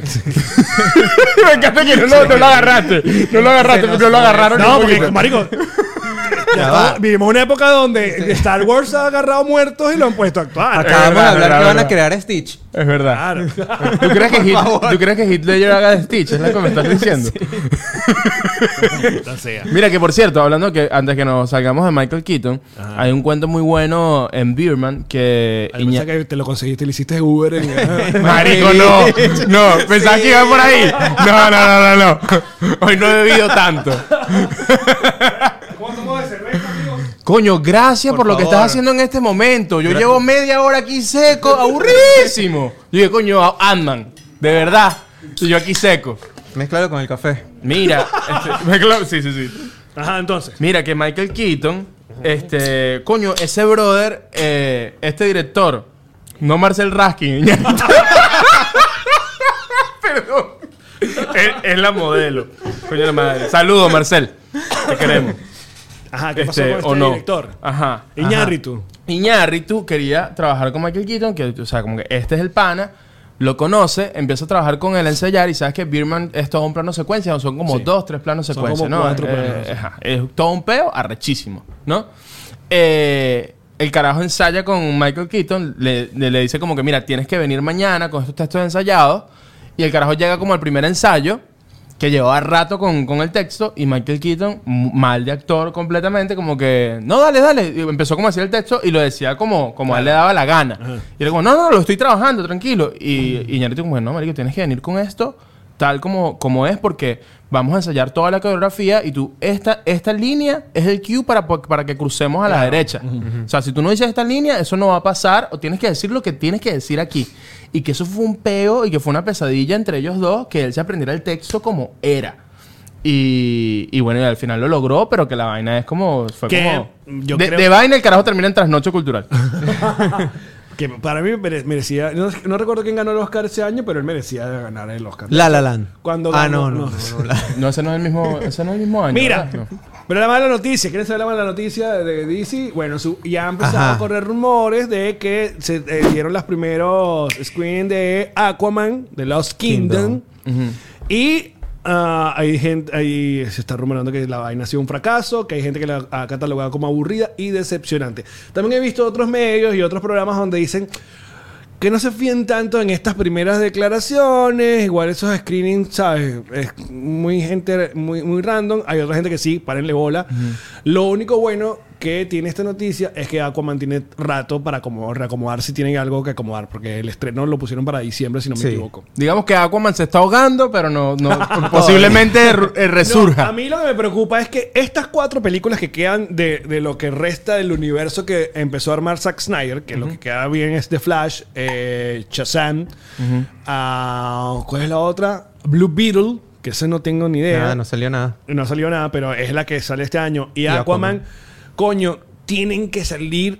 S1: Me encanta que no, lo- no lo agarraste. No lo agarraste,
S3: Se
S1: porque
S3: nos
S1: no lo
S3: fue.
S1: agarraron.
S2: No,
S1: ni
S2: porque,
S1: poquito.
S2: marico,
S3: Ya
S2: Estamos-
S3: va.
S2: Vivimos una época donde Star Wars ha agarrado muertos y lo han puesto a actuar.
S3: Acabamos de
S1: verdad,
S3: hablar
S1: verdad,
S3: que van a
S1: verdad.
S3: crear Stitch.
S1: Es verdad.
S2: Claro.
S1: ¿Tú crees, que Hit, ¿Tú crees que Heath Ledger haga de Stitch? Es lo que me estás diciendo.
S2: O sea.
S1: Mira que por cierto, hablando que antes que nos salgamos de Michael Keaton, hay un cuento muy bueno en Beerman que...
S2: Algo
S1: Iña-
S2: pasa que te lo conseguiste y le hiciste Uber en...
S1: Marico, no. No, pensaba que iba por ahí. No, no, no, no, no. Hoy no he bebido tanto. Coño, gracias por,
S3: Por
S1: lo que
S3: favor.
S1: estás haciendo en este momento. Yo llevo media hora aquí seco, aburridísimo. Yo dije, coño, a- Ant-Man, de verdad. Y yo aquí seco.
S3: Mezclalo con el café.
S1: Mira, este, me cla- sí, sí, sí.
S2: Ajá, entonces.
S1: Mira que Michael Keaton, este, coño, ese brother, eh, este director, no Marcel Raskin. Perdón. Es, es la modelo. Coño la madre. Saludos, Marcel. Te queremos.
S2: Ajá, ¿qué pasó
S1: Este,
S2: con este
S1: o no.
S2: director?
S1: Ajá.
S2: Iñárritu.
S1: Iñárritu quería trabajar con Michael Keaton, que, o sea, como que este es el pana, lo conoce, empieza a trabajar con él a ensayar y sabes que Birman es todo un plano secuencia, o son como
S2: Sí.
S1: dos, tres planos
S2: Son
S1: secuencia,
S2: como
S1: ¿no?
S2: cuatro
S1: Eh,
S2: planos.
S1: ajá. Es todo un peo arrechísimo, ¿no? Eh, el carajo ensaya con Michael Keaton, le, le- le dice como que, mira, tienes que venir mañana con estos textos ensayados, y el carajo llega como al primer ensayo, que llevaba rato con, con el texto y Michael Keaton, m- mal de actor completamente, como que, no, dale, dale. Y empezó como a decir el texto y lo decía como, como a él le daba la gana. Y era como, no, no, lo estoy trabajando, tranquilo. Y, y Iñárritu como, no, marico, tienes que venir con esto tal como, como es porque vamos a ensayar toda la coreografía y tú, esta, esta línea es el cue para, po- para que crucemos a la derecha. O sea, si tú no dices esta línea, eso no va a pasar o tienes que decir lo que tienes que decir aquí. Y que eso fue un peo y que fue una pesadilla entre ellos dos, que él se aprendiera el texto como era. Y, y bueno, y al final lo logró, pero que la vaina es como... Fue
S2: Que
S1: como
S2: yo
S1: de,
S2: creo-
S1: de vaina el carajo termina en trasnocho cultural.
S2: Que para mí mere- merecía... No, no recuerdo quién ganó el Oscar ese año, pero él merecía ganar el Oscar.
S3: La La Land.
S2: Cuando
S3: ah,
S2: ganó-
S3: no, no.
S2: no.
S3: no, no, la-
S1: no, ese no es el mismo, ese no es el mismo año.
S2: Mira,
S1: ¿verdad? No.
S2: pero la mala noticia, ¿quieren saber la mala noticia de DC? Bueno, su- ya han empezado
S3: Ajá.
S2: a correr rumores de que se eh, dieron los primeros screens de Aquaman, de Lost Kingdom. Y ah, hay gente, ahí se está rumorando que la vaina ha sido un fracaso, que hay gente que la ha catalogado como aburrida y decepcionante. También he visto otros medios y otros programas donde dicen que no se fíen tanto en estas primeras declaraciones. Igual esos screenings, ¿sabes? Es muy gente, muy, muy random. Hay otra gente que sí, párenle bola. Lo único bueno que tiene esta noticia es que Aquaman tiene rato para como reacomodar si tienen algo que acomodar. Porque el estreno lo pusieron para diciembre, si no me
S3: Sí.
S2: equivoco.
S1: Digamos que Aquaman se está ahogando, pero no, no posiblemente r- eh,
S2: No, a
S1: resurja.
S2: mí lo que me preocupa es que estas cuatro películas que quedan de, de lo que resta del universo que empezó a armar Zack Snyder, que lo que queda bien es The Flash, eh, Shazam, ah, ¿cuál es la otra? Blue Beetle, que ese no tengo ni idea.
S3: Nada, Ah, no salió nada.
S2: No salió nada, pero es la que sale este año. Y,
S3: Y
S2: Aquaman,
S3: Aquaman.
S2: coño, tienen que salir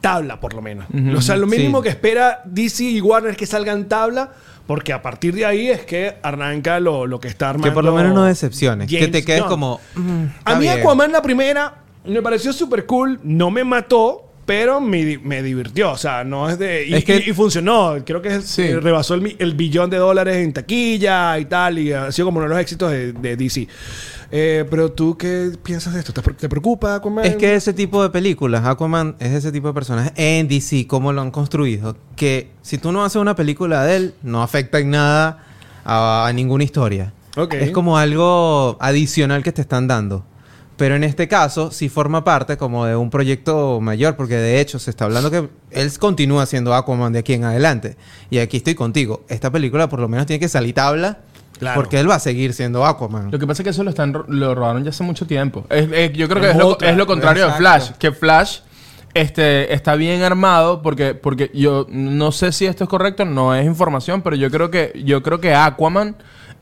S2: tabla, por lo menos. O sea, lo
S3: Sí.
S2: mínimo que espera DC y Warner es que salgan tabla. Porque a partir de ahí es que arranca lo, lo que está armando.
S3: Que por lo menos no decepciones. que
S2: James
S3: te quedes
S2: Gunn.
S3: como. mm,
S2: A
S3: está
S2: mí
S3: bien.
S2: Aquaman la primera me pareció súper cool. No me mató, pero me, di- me divirtió. O sea, no es de... Y,
S3: Es que-
S2: y- y funcionó. Creo que es-
S1: Sí.
S2: eh, rebasó el, mi- el billón de dólares en taquilla y tal. Y ha sido como uno de los éxitos de, de DC. Eh, pero tú, ¿qué piensas de esto? ¿Te, pre- te preocupa Aquaman?
S3: Es que ese tipo de películas, Aquaman es ese tipo de personaje en DC, como lo han construido, que si tú no haces una película de él, no afecta en nada a, a ninguna historia.
S2: Ok.
S3: Es como algo adicional que te están dando. Pero en este caso, sí forma parte como de un proyecto mayor, porque de hecho se está hablando que él continúa siendo Aquaman de aquí en adelante. Y aquí estoy contigo. Esta película por lo menos tiene que salir tabla,
S2: Claro.
S3: porque él va a seguir siendo Aquaman.
S1: Lo que pasa es que eso lo están ro- lo robaron ya hace mucho tiempo. Es- es- yo creo que
S2: Es
S1: es, lo,
S2: otra.
S1: es lo contrario
S3: Exacto.
S1: de Flash. Que Flash este, está bien armado porque, porque yo no sé si esto es correcto, no es información, pero yo creo que, yo creo que Aquaman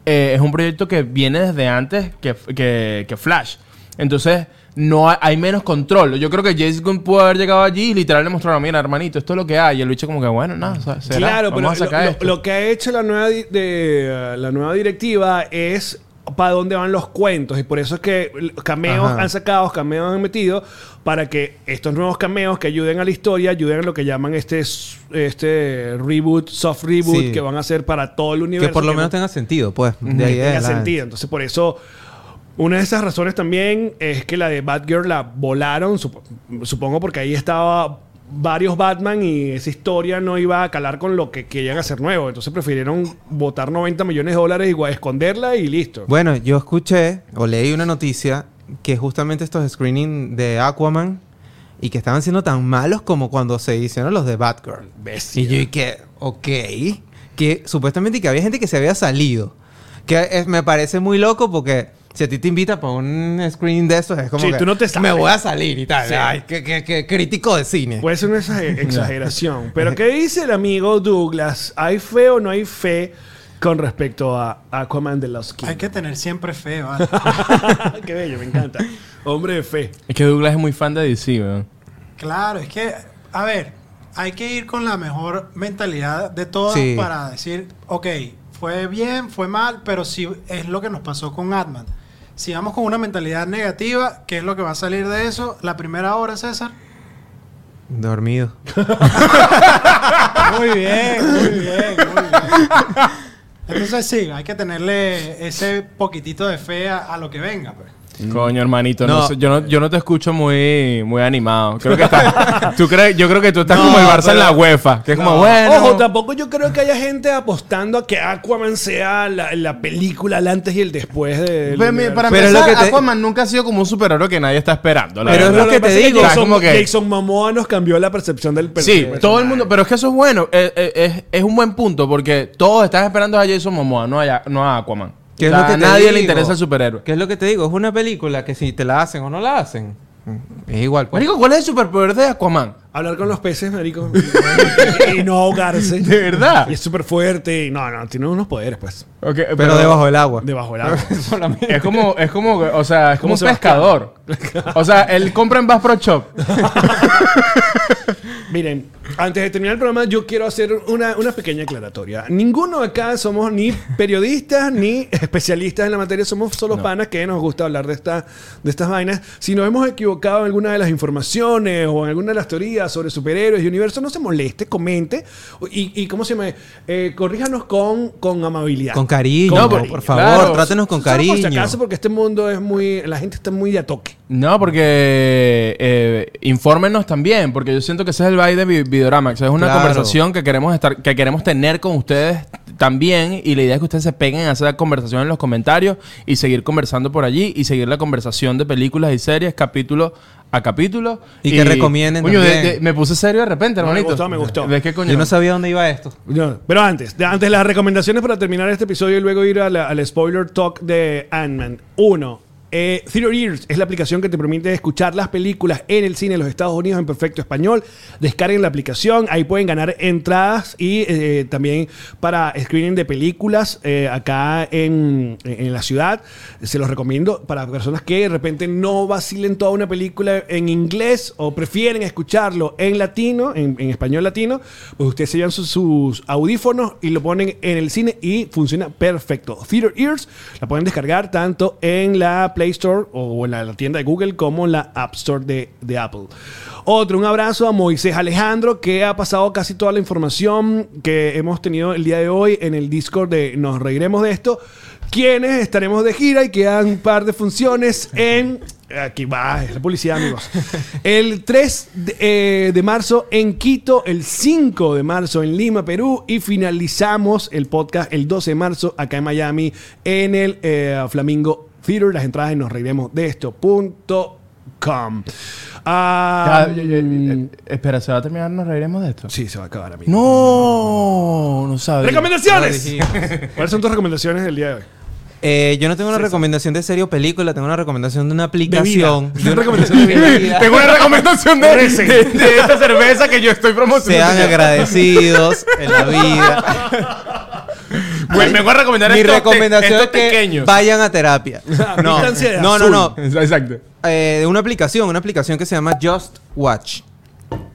S1: eh, es un proyecto que viene desde antes que, que- que Flash. Entonces, no hay, hay menos control. Yo creo que James Gunn pudo haber llegado allí y literal le mostraron, mira, hermanito, esto es lo que hay. Y el bicho como que, bueno, nada, o sea, será,
S2: Claro, pero
S1: vamos a
S2: lo,
S1: sacar
S2: lo-
S1: esto.
S2: lo que ha hecho la nueva, di- de, eh, la nueva directiva es para dónde van los cuentos y por eso es que l- cameos
S3: Ajá.
S2: han sacado, cameos han metido para que estos nuevos cameos que ayuden a la historia, ayuden a lo que llaman este, s- este reboot, soft reboot
S3: Sí.
S2: que van a hacer para todo el universo.
S3: que por lo
S2: no-
S3: menos tenga sentido, pues. De ahí
S2: que tenga
S3: adelante.
S2: sentido. Entonces, por eso Una de esas razones también es que la de Batgirl la volaron, sup- supongo porque ahí estaba varios Batman y esa historia no iba a calar con lo que querían hacer nuevo. Entonces prefirieron votar 90 millones de dólares y gua- esconderla y listo.
S3: Bueno, yo escuché o leí una noticia que justamente estos screenings de Aquaman y que estaban siendo tan malos como cuando se hicieron los de Batgirl.
S2: Bestia.
S3: Y yo y que, ok, que supuestamente que había gente que se había salido. Que es- me parece muy loco porque si a ti te invita para un screen de esos es como
S2: Sí,
S3: que
S2: tú no te
S3: me
S2: sales".
S3: voy a salir y tal.
S2: Sí.
S3: Ay, qué, qué- qué crítico de cine.
S2: Puede ser una exa- exageración. Pero ¿qué dice el amigo Douglas? ¿Hay fe o no hay fe con respecto a Aquaman de los
S4: Hay
S2: Kings?
S4: que tener siempre fe, ¿vale?
S2: Qué bello, me encanta. Hombre de fe.
S1: Es que Douglas es muy fan de DC, weón.
S4: Claro, es que, a ver, hay que ir con la mejor mentalidad de todas
S3: Sí.
S4: para decir, ok, fue bien, fue mal, pero si es lo que nos pasó con Atman. Si vamos con una mentalidad negativa, ¿qué es lo que va a salir de eso? La primera hora, César.
S3: Dormido.
S4: Muy bien, muy bien, muy bien. Entonces sí, hay que tenerle ese poquitito de fe a, a lo que venga. Pues.
S1: Coño, hermanito, Mm. no
S3: No.
S1: sé, yo, no, yo no te escucho muy, muy animado. Creo que estás- tú crees, yo creo que tú estás
S3: No,
S1: como el Barça en
S3: pero-
S1: la UEFA, que es como, bueno.
S2: Ojo, tampoco yo creo que haya gente apostando a que Aquaman sea la, la película, el antes y el después de.
S1: Pero mi- para
S3: Pero es lo
S1: empezar,
S3: que te-
S1: Aquaman nunca ha sido como un superhéroe que nadie está esperando. la
S3: Pero es
S1: verdad.
S3: lo que te
S2: pasa es
S3: digo.
S1: O sea,
S2: Jason,
S1: como que-
S2: Jason Momoa nos cambió la percepción del per-
S1: Sí,
S2: personaje.
S1: todo el mundo. Pero es que eso es bueno. eh, eh, es, es un buen punto porque todos están esperando a Jason Momoa, no a, Ya- no a Aquaman.
S3: ¿Qué
S1: O
S3: es
S1: sea,
S3: lo que
S1: a
S3: te
S1: nadie le
S3: digo?
S1: interesa el superhéroe.
S3: ¿Qué es lo que te digo? Es una película que si te la hacen o no la hacen, es igual. pues.
S1: Marico, ¿cuál es el superpoder de Aquaman?
S2: Hablar con los peces, marico. y no ahogarse.
S1: De verdad.
S2: Y es súper fuerte. y- No, no, tiene unos poderes, pues.
S1: Ok,
S3: pero, debajo del agua.
S2: Debajo del agua.
S3: Solamente.
S1: Es como, es como, o sea, es como
S2: Como
S1: un
S2: Sebastián.
S1: pescador. O sea, él compra en Bass Pro Shop.
S2: Miren, antes de terminar el programa, yo quiero hacer una, una pequeña aclaratoria. Ninguno acá somos ni periodistas ni especialistas en la materia, somos solo panas que nos gusta hablar de, esta, de estas vainas. Si nos hemos equivocado en alguna de las informaciones o en alguna de las teorías sobre superhéroes y universo, no se moleste, comente y, y ¿cómo se llama? Eh, corríjanos con, con amabilidad.
S3: Con cariño,
S1: No,
S3: por,
S1: por-
S3: favor,
S1: claro.
S3: trátenos con
S2: Solo
S3: cariño.
S2: Por si acaso, porque este mundo es muy. La gente está muy de a toque.
S1: No, porque eh, infórmenos también, porque yo siento que ese es el baile de Vi- Videorama, que es una
S3: Claro.
S1: conversación que queremos estar, que queremos tener con ustedes también, y la idea es que ustedes se peguen a esa conversación en los comentarios y seguir conversando por allí y seguir la conversación de películas y series, capítulo a capítulo.
S3: Y que recomienden
S1: Coño,
S3: también.
S1: de- de- me puse serio de repente,
S2: No, me
S1: hermanito.
S2: gustó, me gustó.
S1: ¿De qué coño?
S3: Yo no sabía dónde iba esto.
S2: No, pero antes, de- antes las recomendaciones para terminar este episodio y luego ir a la- al spoiler talk de Ant-Man. Uno, eh, Theater Ears es la aplicación que te permite escuchar las películas en el cine en los Estados Unidos en perfecto español. Descarguen la aplicación, ahí pueden ganar entradas y eh, también para screening de películas eh, acá en, en la ciudad. Se los recomiendo para personas que de repente no vacilen toda una película en inglés o prefieren escucharlo en latino, en, en español latino, pues ustedes se llevan sus, sus audífonos y lo ponen en el cine y funciona perfecto. Theater Ears la pueden descargar tanto en la Play Store o en la, la tienda de Google como en la App Store de, de Apple. Otro, un abrazo a Moisés Alejandro que ha pasado casi toda la información que hemos tenido el día de hoy en el Discord de Nos Reiremos de esto quienes estaremos de gira y quedan un par de funciones en... Aquí va, es la publicidad, amigos. El 3 de, eh, de marzo en Quito, el 5 de marzo en Lima, Perú, y finalizamos el podcast el 12 de marzo acá en Miami en el eh, Flamingo Theater. Las entradas en nos reiremos de esto.com. Ah,
S1: Ya, ya, ya, ya, espera, ¿se va a terminar? ¿Nos reiremos de esto?
S2: sí, se va a acabar, amigo.
S1: No, no sabía.
S2: ¡Recomendaciones!
S3: No
S2: ¿Cuáles son tus recomendaciones del día de hoy?
S3: Eh, yo no tengo una recomendación de serie o película, tengo una recomendación de una aplicación.
S2: Una recomendación de vida.
S1: Tengo una recomendación de,
S2: Recen.
S1: de- de esta cerveza que yo estoy
S3: Sean
S1: promocionando.
S3: agradecidos en la vida.
S1: Bueno, me voy a recomendar
S3: Mi
S1: estos te-
S3: recomendación es
S1: estos
S3: que
S1: pequeños.
S3: vayan a terapia. No,
S2: Vístanse de
S3: no, no. no.
S1: Exacto.
S3: Eh, de una aplicación, una aplicación que se llama Just Watch.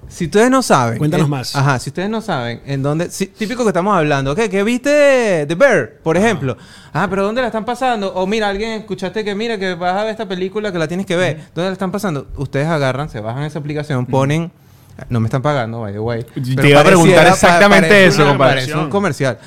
S3: Si ustedes no saben.
S2: Cuéntanos
S3: eh,
S2: más.
S3: Ajá, si ustedes no saben en dónde. si- típico que estamos hablando. ¿Qué? ¿Qué viste The Bear, por ejemplo? Ah, pero ¿dónde la están pasando? O mira, alguien escuchaste que mira, que vas a ver esta película que la tienes que ver. ¿Dónde la están pasando? Ustedes agarran, se bajan esa aplicación, ponen. No me están pagando, by the way.
S1: Te
S3: Pero
S1: iba a preguntar
S3: pareciera-
S1: exactamente
S3: parece
S1: eso,
S3: una-
S1: compadre.
S3: parece un comercial.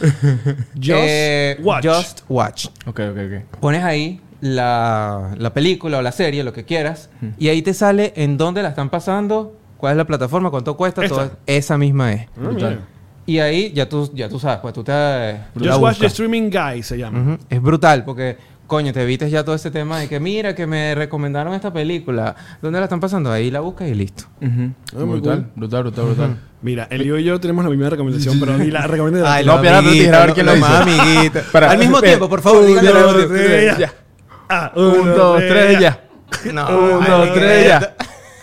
S2: Just
S3: Eh,
S2: Watch. Ah,
S3: Just Watch.
S1: Ok, ok, ok.
S3: Pones ahí la, la película o la serie, lo que quieras, y ahí te sale en dónde la están pasando, cuál es la plataforma, cuánto cuesta,
S2: Esta.
S3: todo. Esa misma es.
S1: Brutal.
S3: Y ahí ya tú, ya tú sabes, pues tú te... la
S2: Just Watch the
S3: buscas.
S2: Streaming Guy se llama.
S3: Ujú. Es brutal porque, coño, te evites ya todo ese tema de que mira, que me recomendaron esta película. ¿Dónde la están pasando? Ahí la buscas y listo.
S1: Ujú.
S2: Ah, muy
S1: brutal, brutal, brutal, brutal.
S2: Mira, el y yo tenemos la misma recomendación, pero ni la recomendación.
S1: Ay, no, Piedra, tú tienes, a ver quién lo
S3: más
S1: dice.
S3: amiguito.
S1: Para,
S3: Al mismo
S1: espera.
S3: tiempo, por favor,
S1: Un,
S3: díganlo al
S1: dos,
S3: mismo tiempo.
S1: tres, ya.
S2: Ah,
S1: Un, dos, tres, ya.
S3: No,
S1: Un,
S3: ay,
S1: dos,
S3: qué
S1: tres, ya.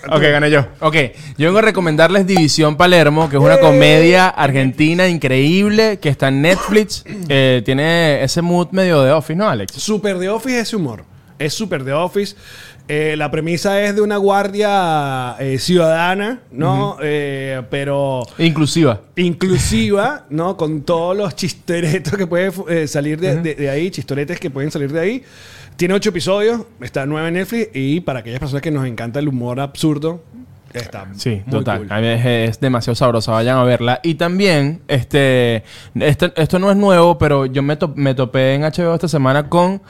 S1: Ok, gané yo. Ok, yo vengo a recomendarles División Palermo, que es una comedia argentina increíble que está en Netflix. Eh, tiene ese mood medio de Office, ¿no, Alex?
S2: Super The Office es humor. Es Super The Office. Eh, la premisa es de una guardia eh, ciudadana, ¿no? Eh, pero
S1: Inclusiva.
S2: inclusiva, ¿no? Con todos los chistoretos que pueden eh, salir de, de- de ahí, chistoretes que pueden salir de ahí. Tiene ocho episodios, está nueva en Netflix y para aquellas personas que nos encanta el humor absurdo, está
S1: Sí,
S2: muy
S1: total.
S2: cool.
S1: A mí Es, es demasiado sabrosa, vayan a verla. Y también, este, este- esto no es nuevo, pero yo me, to- me topé en HBO esta semana con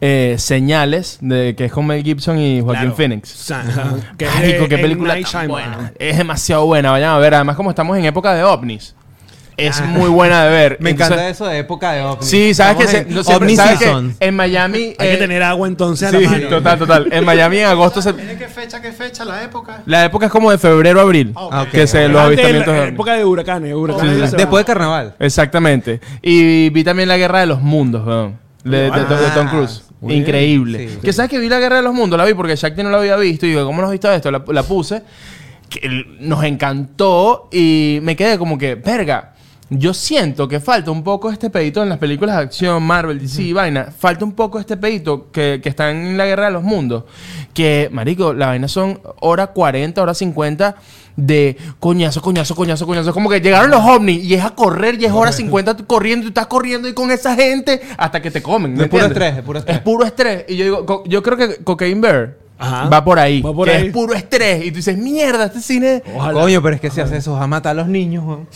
S1: eh, Señales, de, que es con Mel Gibson y Joaquín
S2: Claro.
S1: Phoenix.
S2: Sa- ajá. Que es de
S1: Marico, qué
S2: M.
S1: película
S2: Night
S1: tan
S2: Shyamalan.
S1: buena. Es demasiado buena, vayan a ver. Además, como estamos en época de ovnis, es
S2: Ah.
S1: muy buena de ver.
S3: Me
S1: Entonces-
S3: encanta eso de época de ovni.
S1: Sí, sabes que, se-
S3: Estamos en-
S1: no sé,
S3: ovni
S1: sabes que
S3: season.
S1: en Miami...
S2: Hay
S1: eh,
S2: que tener agua entonces a la
S1: Sí,
S2: mano.
S1: total, total. En Miami en agosto se...
S4: ¿Tiene qué fecha, qué fecha, la época?
S1: La época es como de febrero a abril.
S4: Ah, ok.
S3: Ah, ok.
S1: Que se los
S2: Antes de
S1: avistamientos... de
S2: la,
S1: ovnis.
S2: época de eh, huracanes, huracanes.
S4: Sí, sí,
S2: ya
S4: sí.
S2: se
S3: Después de
S2: van.
S3: carnaval.
S1: Exactamente. Y vi también la guerra de los mundos, weón. De, de-
S2: Ah,
S1: de Tom Cruise.
S3: muy bien.
S1: Increíble.
S3: Sí.
S1: Que sabes que vi la guerra de los mundos, la vi porque Shakti no la había visto. Y digo, ¿cómo no has visto esto? La, la puse. Que el- nos encantó y me quedé como que, verga. Yo siento que falta un poco este pedito en las películas de acción, Marvel, DC, y vaina. Falta un poco este pedito que, que están en la guerra de los mundos. Que, marico, la vaina son hora 40, hora 50 de coñazo, coñazo, coñazo, coñazo. Como que llegaron los ovnis y es a correr y es hora 50 tú corriendo y estás corriendo y con esa gente hasta que te comen. ¿me
S3: De puro
S1: entiendes?
S3: estrés, de puro estrés.
S1: Es puro estrés. Y yo digo, co- yo creo que Cocaine Bear
S2: Ajá.
S1: va por ahí.
S2: Va por
S1: que
S2: ahí.
S1: es puro estrés. Y tú dices, mierda, este cine.
S3: Coño, pero es que si hace eso, va a matar a los niños, weón.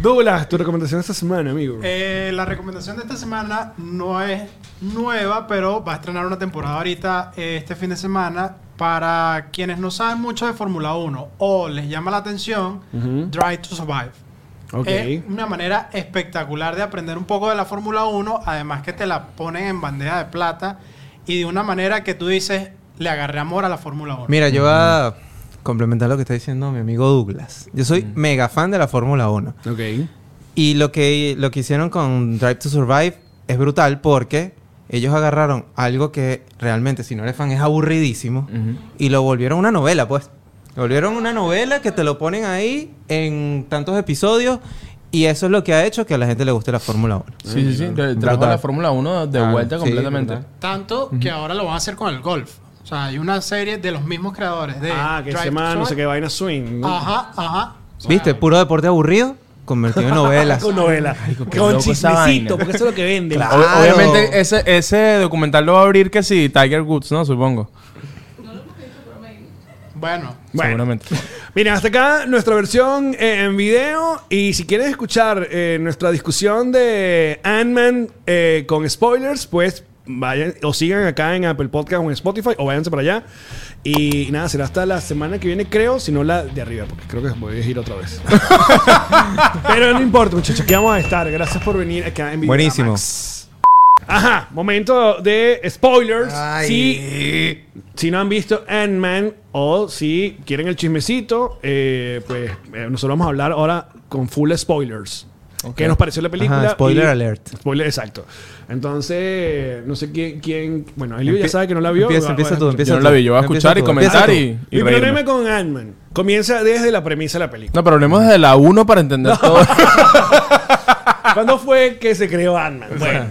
S2: Douglas, tu recomendación esta semana, amigo.
S4: Eh, la recomendación de esta semana no es nueva, pero va a estrenar una temporada ahorita eh, este fin de semana. Para quienes no saben mucho de Fórmula 1 o les llama la atención, Drive to Survive.
S2: ok.
S4: Es una manera espectacular de aprender un poco de la Fórmula 1, además que te la ponen en bandeja de plata y de una manera que tú dices, le agarré amor a la Fórmula 1.
S3: Mira, yo voy a complementar lo que está diciendo mi amigo Douglas. Yo soy mega fan de la Fórmula 1.
S4: eh,
S2: ok.
S3: Y lo que, lo que hicieron con Drive to Survive es brutal porque ellos agarraron algo que realmente, si no eres fan, es aburridísimo y lo volvieron una novela, pues. Lo volvieron una novela que te lo ponen ahí en tantos episodios y eso es lo que ha hecho que a la gente le guste la Fórmula 1.
S1: Sí, sí, sí. Trajo
S3: Brutal.
S1: la Fórmula 1 de
S3: Ah,
S1: vuelta
S3: sí,
S1: completamente.
S3: brutal.
S4: Tanto que ahora lo van a hacer con el golf. O sea, hay una serie de los mismos creadores de
S2: Ah, que
S4: Drive
S2: se
S4: to
S2: llama no sé
S4: Survive. Ah,
S2: qué vaina swing. ¿no?
S4: Ajá, ajá.
S3: ¿Viste? Puro deporte aburrido convertido en novelas.
S2: Con novela.
S1: qué
S2: con
S1: loco esa vaina.
S2: chismecito, porque eso es lo que vende.
S1: O-
S3: Claro.
S1: Obviamente, ese, ese documental lo va a abrir que sí, Tiger Woods, ¿no? Supongo.
S4: Bueno,
S2: Bueno.
S1: Seguramente.
S2: Mira, hasta acá nuestra versión eh, en video. Y si quieres escuchar eh, nuestra discusión de Ant-Man eh, con spoilers, pues vayan o sigan acá en Apple Podcast o en Spotify o váyanse para allá. Y nada, será hasta la semana que viene, creo, si no la de arriba, porque creo que voy a ir otra vez. Pero no importa, muchachos, que vamos a estar. Gracias por venir acá en video.
S3: Buenísimo.
S2: Ajá, momento de spoilers.
S3: Ay.
S2: Si, si no han visto Ant-Man o si quieren el chismecito, eh, pues eh, nosotros vamos a hablar ahora con full spoilers. ¿Qué nos pareció la película?
S3: Ajá, spoiler alert.
S2: Spoiler, exacto. Entonces, no sé quién. quién bueno, Elio ya
S3: Empie-
S2: sabe que no la vio. Ah,
S3: Empieza,
S2: Va-
S3: empieza
S2: va-
S3: tú, empieza
S1: Yo no
S3: tú.
S1: la vi, yo voy a
S3: Empieza
S1: escuchar y
S3: tú,
S1: comentar
S3: empieza
S1: y, y
S2: Mi
S1: reírme.
S2: problema con Ant-Man comienza desde la premisa de la película.
S1: No, pero hablemos desde la 1 para entender todo.
S2: ¿Cuándo fue que se creó Ant-Man? Bueno.
S3: tú.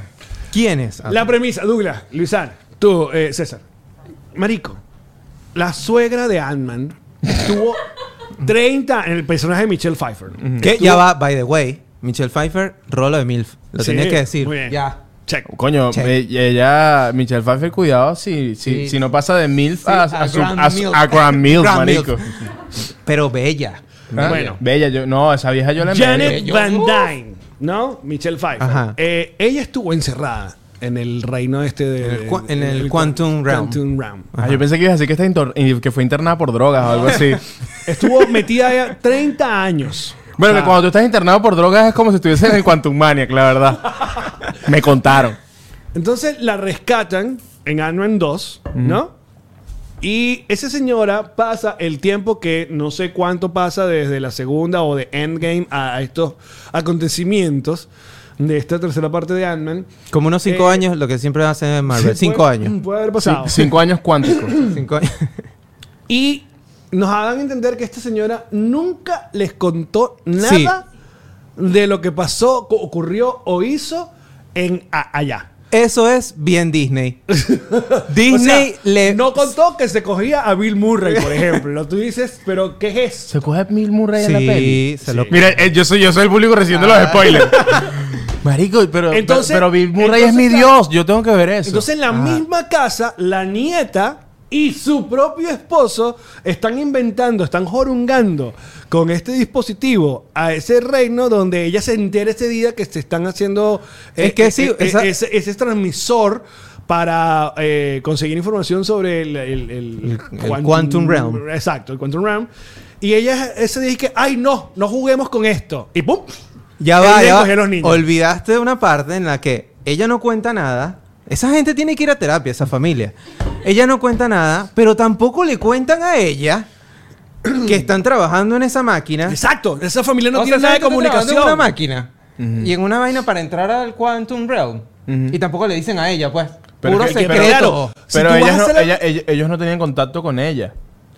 S3: ¿Quién es? Ah,
S2: La premisa, Douglas, Luisán, tú, eh, César. Marico, la suegra de Ant-Man tuvo 30 en el personaje de Michelle Pfeiffer.
S3: Que ya va, by the way, Michelle Pfeiffer, rolo de MILF. Lo
S2: Sí,
S3: tenía que decir.
S2: muy bien.
S3: Ya.
S2: Check.
S1: Coño,
S3: Che.
S1: me- ella, Michelle Pfeiffer, cuidado si, si,
S3: Sí.
S1: si no pasa de MILF a,
S3: Sí, a
S1: a su-
S3: Grand
S1: a su-
S3: Milf.
S1: a Grand Milf,
S3: Grand
S1: marico.
S3: Milf. Pero bella.
S1: ¿Ah?
S2: Bueno.
S1: Bella, yo, no, esa vieja yo la envidio.
S2: Janet Van Dyne, ¿no? Michelle Pfeiffer.
S3: Ajá.
S2: Eh, ella estuvo encerrada en el reino este de,
S3: En el cua- en el Quantum Realm.
S2: Quantum Realm.
S1: Ah, yo pensé que ibas a decir que, está inter- y que fue internada por drogas o algo así.
S2: Estuvo metida ya 30 años.
S1: Bueno,
S2: O sea,
S1: que cuando tú estás internado por drogas es como si estuviese en el Quantum Maniac, la verdad. Me contaron.
S2: Entonces la rescatan en Ant-Man 2, ¿no? Y esa señora pasa el tiempo que no sé cuánto pasa desde la segunda o de Endgame a estos acontecimientos de esta tercera parte de Ant-Man.
S3: Como unos cinco
S2: Eh,
S3: años, lo que siempre hacen en Marvel. cinco
S2: Puede-
S3: años.
S2: Puede haber pasado.
S1: Cinco años cuánticos.
S3: Cinco años.
S2: Y nos hagan entender que esta señora nunca les contó nada
S3: Sí.
S2: de lo que pasó, co- ocurrió o hizo en a- allá.
S3: Eso es bien Disney. Disney
S2: O sea,
S3: le.
S2: no contó que se cogía a Bill Murray, por ejemplo. Tú dices, pero ¿qué es eso?
S1: ¿Se coge Bill Murray en la peli?
S3: Sí, se lo.
S1: Mira, eh, yo, soy, yo soy el público recibiendo los spoilers. Marico, pero,
S2: Entonces-
S1: pero Bill Murray es
S2: entonces,
S1: mi
S2: claro.
S1: Dios. Yo tengo que ver eso.
S2: Entonces en la misma casa, la nieta y su propio esposo están inventando, están jorungando con este dispositivo a ese reino donde ella se entera ese día que se están haciendo eh,
S3: Es que sí, esa-
S2: ese, ese transmisor para eh, conseguir información sobre el, el- el-
S3: El- el Quantum Realm.
S2: Exacto, el Quantum Realm. Y ella ese día dice, ay no, no juguemos con esto. Y ¡pum!
S3: Ya
S2: Él
S3: va,
S2: le
S3: ya
S2: cogió
S3: va.
S2: a los niños.
S3: Olvidaste de una parte en la que ella no cuenta nada. Esa gente tiene que ir a terapia, esa familia. Ella no cuenta nada, pero tampoco le cuentan a ella que están trabajando en esa máquina.
S2: Exacto, esa familia
S3: O
S2: no
S3: sea,
S2: tiene
S3: esa
S2: nada de
S3: gente está
S2: comunicación.
S3: trabajando En una máquina. Y en una vaina para entrar al Quantum Realm. Y tampoco le dicen a ella, pues.
S1: Pero
S3: puro
S1: que-
S3: secreto.
S1: pero-
S2: claro. Si
S1: pero
S2: tú vas
S1: ellas
S2: a
S1: no-
S2: hacer la-
S1: ella- ella- ellos no tenían contacto con ella.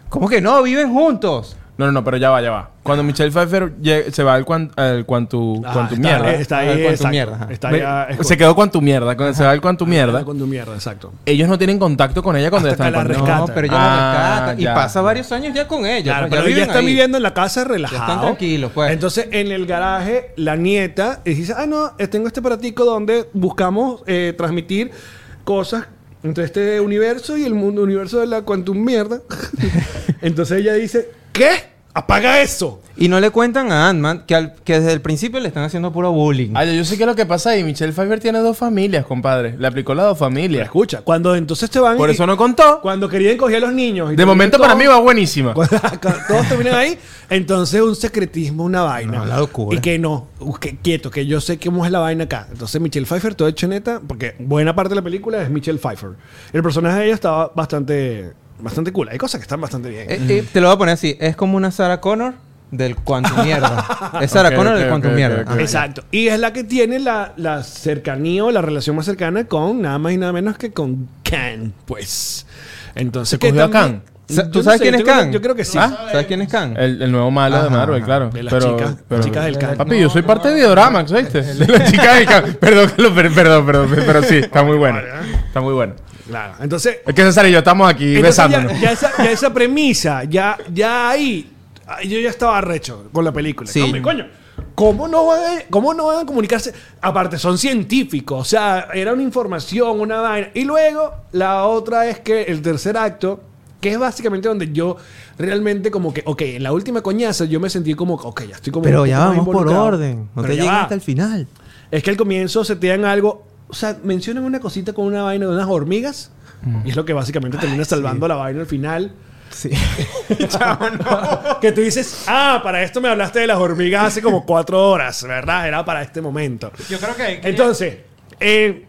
S3: ¿Cómo que no? Viven juntos.
S1: No, no, no, pero ya va, ya va. Cuando Michelle Pfeiffer lle- se va al, cuan- al cuantu,
S2: Ah,
S1: cuantu
S2: está,
S1: mierda.
S2: Está
S3: Al
S2: ahí,
S3: cuantum
S2: exacto.
S3: mierda, ajá.
S2: Está
S1: Me-
S2: ahí, ah, es
S1: se quedó cuantu mierda. cuando se va al cuantu mierda.
S2: Con tu mierda, exacto.
S1: Ellos no tienen contacto con ella cuando
S2: Hasta
S1: están
S2: que la
S1: en
S2: rescata.
S1: cuantum-
S3: No, pero ella la
S1: Ah,
S3: rescata. Y
S1: ya.
S3: pasa varios años ya con ella.
S2: Claro,
S3: pues,
S2: pero
S3: viven
S2: ya están
S3: ahí.
S2: viviendo en la casa relajado.
S3: tranquilos, pues.
S2: Entonces, en el garaje, la nieta y dice, ah, no, eh, tengo este aparatico donde buscamos eh, transmitir cosas entre este universo y el mundo universo de la quantum mierda. Entonces ella dice, ¿qué? ¡Apaga eso!
S3: Y no le cuentan a Ant-Man que, al- que desde el principio le están haciendo puro bullying.
S1: Ay, yo sé que lo que pasa ahí. Michelle Pfeiffer tiene dos familias, compadre. Le aplicó las dos
S2: Pero
S1: familias.
S2: escucha, cuando entonces te van...
S1: Por
S2: y-
S1: eso no contó.
S2: Cuando querían coger a los niños. y
S1: De
S2: te
S1: momento
S2: dicen
S1: para
S2: todo-
S1: mí va buenísima.
S2: Cuando- cuando todos terminan ahí, entonces un secretismo, una vaina.
S3: No, la locura.
S2: Y que no, u- que quieto, que yo sé cómo es la vaina acá. Entonces Michelle Pfeiffer, todo hecho neta, porque buena parte de la película es Michelle Pfeiffer. El personaje de ella estaba bastante, bastante cool. Hay cosas que están bastante bien.
S3: Eh,
S1: mm.
S3: eh, te lo voy a poner así. Es como una Sarah Connor del Quantum Mierda. Es Sarah
S1: Ok,
S3: Connor
S1: ok,
S3: del Quantum
S1: ok,
S3: Mierda.
S1: ok,
S3: Ah,
S1: ok.
S3: ya.
S2: Exacto. Y es la que tiene la, la cercanía o la relación más cercana con nada más y nada menos que con Khan, pues.
S1: ¿Se
S2: Entonces,
S1: cogió
S2: que
S1: a
S2: también-
S1: Khan?
S3: Sa-
S2: Yo
S3: ¿Tú
S2: no
S3: sabes
S2: sé,
S3: quién
S2: yo
S3: es
S2: creo que-
S3: Khan?
S2: Yo creo que sí.
S3: ¿Ah? ¿Sabes quién es Khan?
S1: El, el nuevo malo de
S3: Ajá,
S1: Marvel,
S3: ajá.
S1: claro.
S2: De las
S1: pero,
S2: chicas,
S1: pero-
S2: chicas del can.
S1: Papi, yo soy parte de Videoramax, ¿viste? De las chicas del can. Perdón, Carlos, per- perdón, perdón, pe- pero sí, está muy bueno. Está muy bueno.
S2: Claro. Entonces,
S1: Es que César y yo estamos aquí
S2: ¿eh? Entonces,
S1: besándonos.
S2: Ya, ya esa, ya esa premisa, ya, ya ahí, ah, yo ya estaba arrecho con la película.
S3: Sí.
S2: Hombre, coño, ¿cómo no, van a, ¿Cómo no van a comunicarse? Aparte, son científicos, o sea, era una información, una vaina. Y luego, la otra es que el tercer acto, que es básicamente donde yo realmente como que, ok, en la última coñaza yo me sentí como, ok, ya estoy como...
S3: Pero
S2: un
S3: ya
S2: poco más
S3: vamos por
S2: involucrado.
S3: orden. No
S2: Pero
S3: te
S2: ya
S3: lleguen
S2: va.
S3: hasta el final.
S2: Es que al comienzo se te dan algo. O sea, mencionan una cosita con una vaina de unas hormigas. Y es lo que básicamente termina salvando la vaina al final.
S3: Sí.
S2: Que tú dices, ah, para esto me hablaste de las hormigas hace como cuatro horas, ¿verdad? Era para este momento.
S4: Yo creo que. que-
S2: Entonces, eh,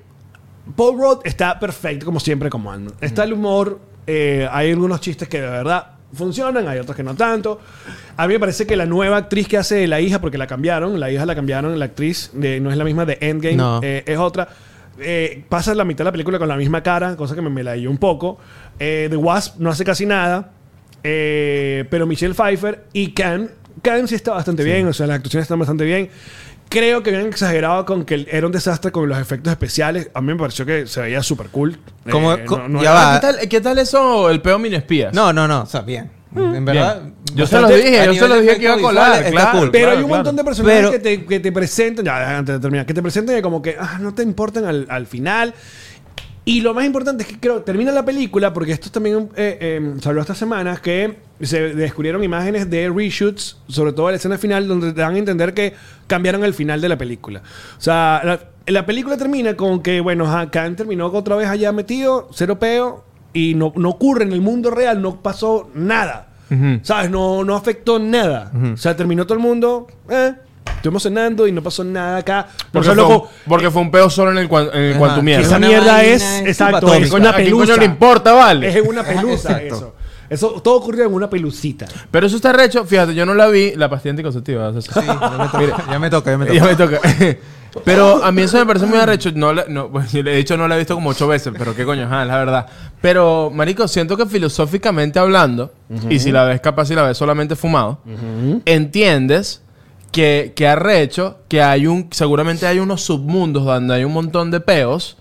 S2: Paul Rudd está perfecto, como siempre, como Ant-Man. Está el humor. eh, hay algunos chistes que de verdad funcionan, hay otros que no tanto. A mí me parece que la nueva actriz que hace de la hija, porque la cambiaron, la hija la cambiaron, la actriz de- no es la misma de Endgame,
S3: No.
S2: eh, es otra. Eh, pasa la mitad de la película con la misma cara, cosa que me, me la dio un poco. Eh, The Wasp no hace casi nada. Eh, pero Michelle Pfeiffer y Cam. Cam sí está bastante bien, o sea, las actuaciones están bastante bien. Creo que habían exagerado con que era un desastre con los efectos especiales. A mí me pareció que se veía súper cool. Eh,
S3: Como-
S2: no-
S3: co-
S2: no
S3: ya
S2: era-
S3: va.
S1: ¿Qué tal, ¿Qué tal eso, el peo minespías?
S3: No, no, no. O sea, bien. En verdad.
S1: Bien. Yo se los
S3: bastante-
S1: dije,
S3: a
S1: yo
S3: nivel
S1: se los
S3: de
S1: dije que iba a
S3: efectos
S1: colar.
S3: visuales,
S1: claro,
S3: cool.
S2: Pero
S1: claro,
S2: hay un
S1: claro.
S2: montón de personajes
S3: Pero-
S2: que, te, que te presentan, ya antes de terminar, que te presentan que como que ah, no te importan al, al final. Y lo más importante es que creo, termina la película, porque esto también eh, eh, se habló estas semanas, que se descubrieron imágenes de reshoots, sobre todo la escena final, donde te dan a entender que cambiaron el final de la película. O sea, la- la película termina con que, bueno, ajá, Khan terminó otra vez allá metido, cero peo, y no, no ocurre en el mundo real, no pasó nada.
S1: Ujú.
S2: ¿Sabes? No, no afectó nada. O sea, terminó todo el mundo, eh, estuvimos cenando y no pasó nada acá. Por
S1: Porque,
S2: eso,
S1: fue, un-
S2: loco,
S1: porque fue un peo solo en el, cuan- en el
S3: Ajá.
S1: cuantum mierda.
S2: esa
S3: Una
S2: mierda
S3: vaina
S2: es,
S3: es
S2: exacto,
S3: chupatómica.
S2: es una
S1: ¿A quién coño
S2: pelusa.
S1: le importa, vale?
S2: Es una pelusa
S3: Exacto.
S2: eso. Eso todo ocurrió en una pelucita.
S1: Pero eso está recho. Fíjate, yo no la vi, la pastilla anticonceptiva. o sea,
S3: Ya me toca, ya me
S1: Ya
S3: toca.
S1: me toca. Pero a mí eso me parece muy arrecho. No, la- no, pues, de hecho, no la he visto como ocho veces, pero qué coño, ajá, la verdad. Pero, marico, siento que filosóficamente hablando, y si la ves capaz, si la ves solamente fumado, entiendes que, que arrecho, que hay un, seguramente hay unos submundos donde hay un montón de peos.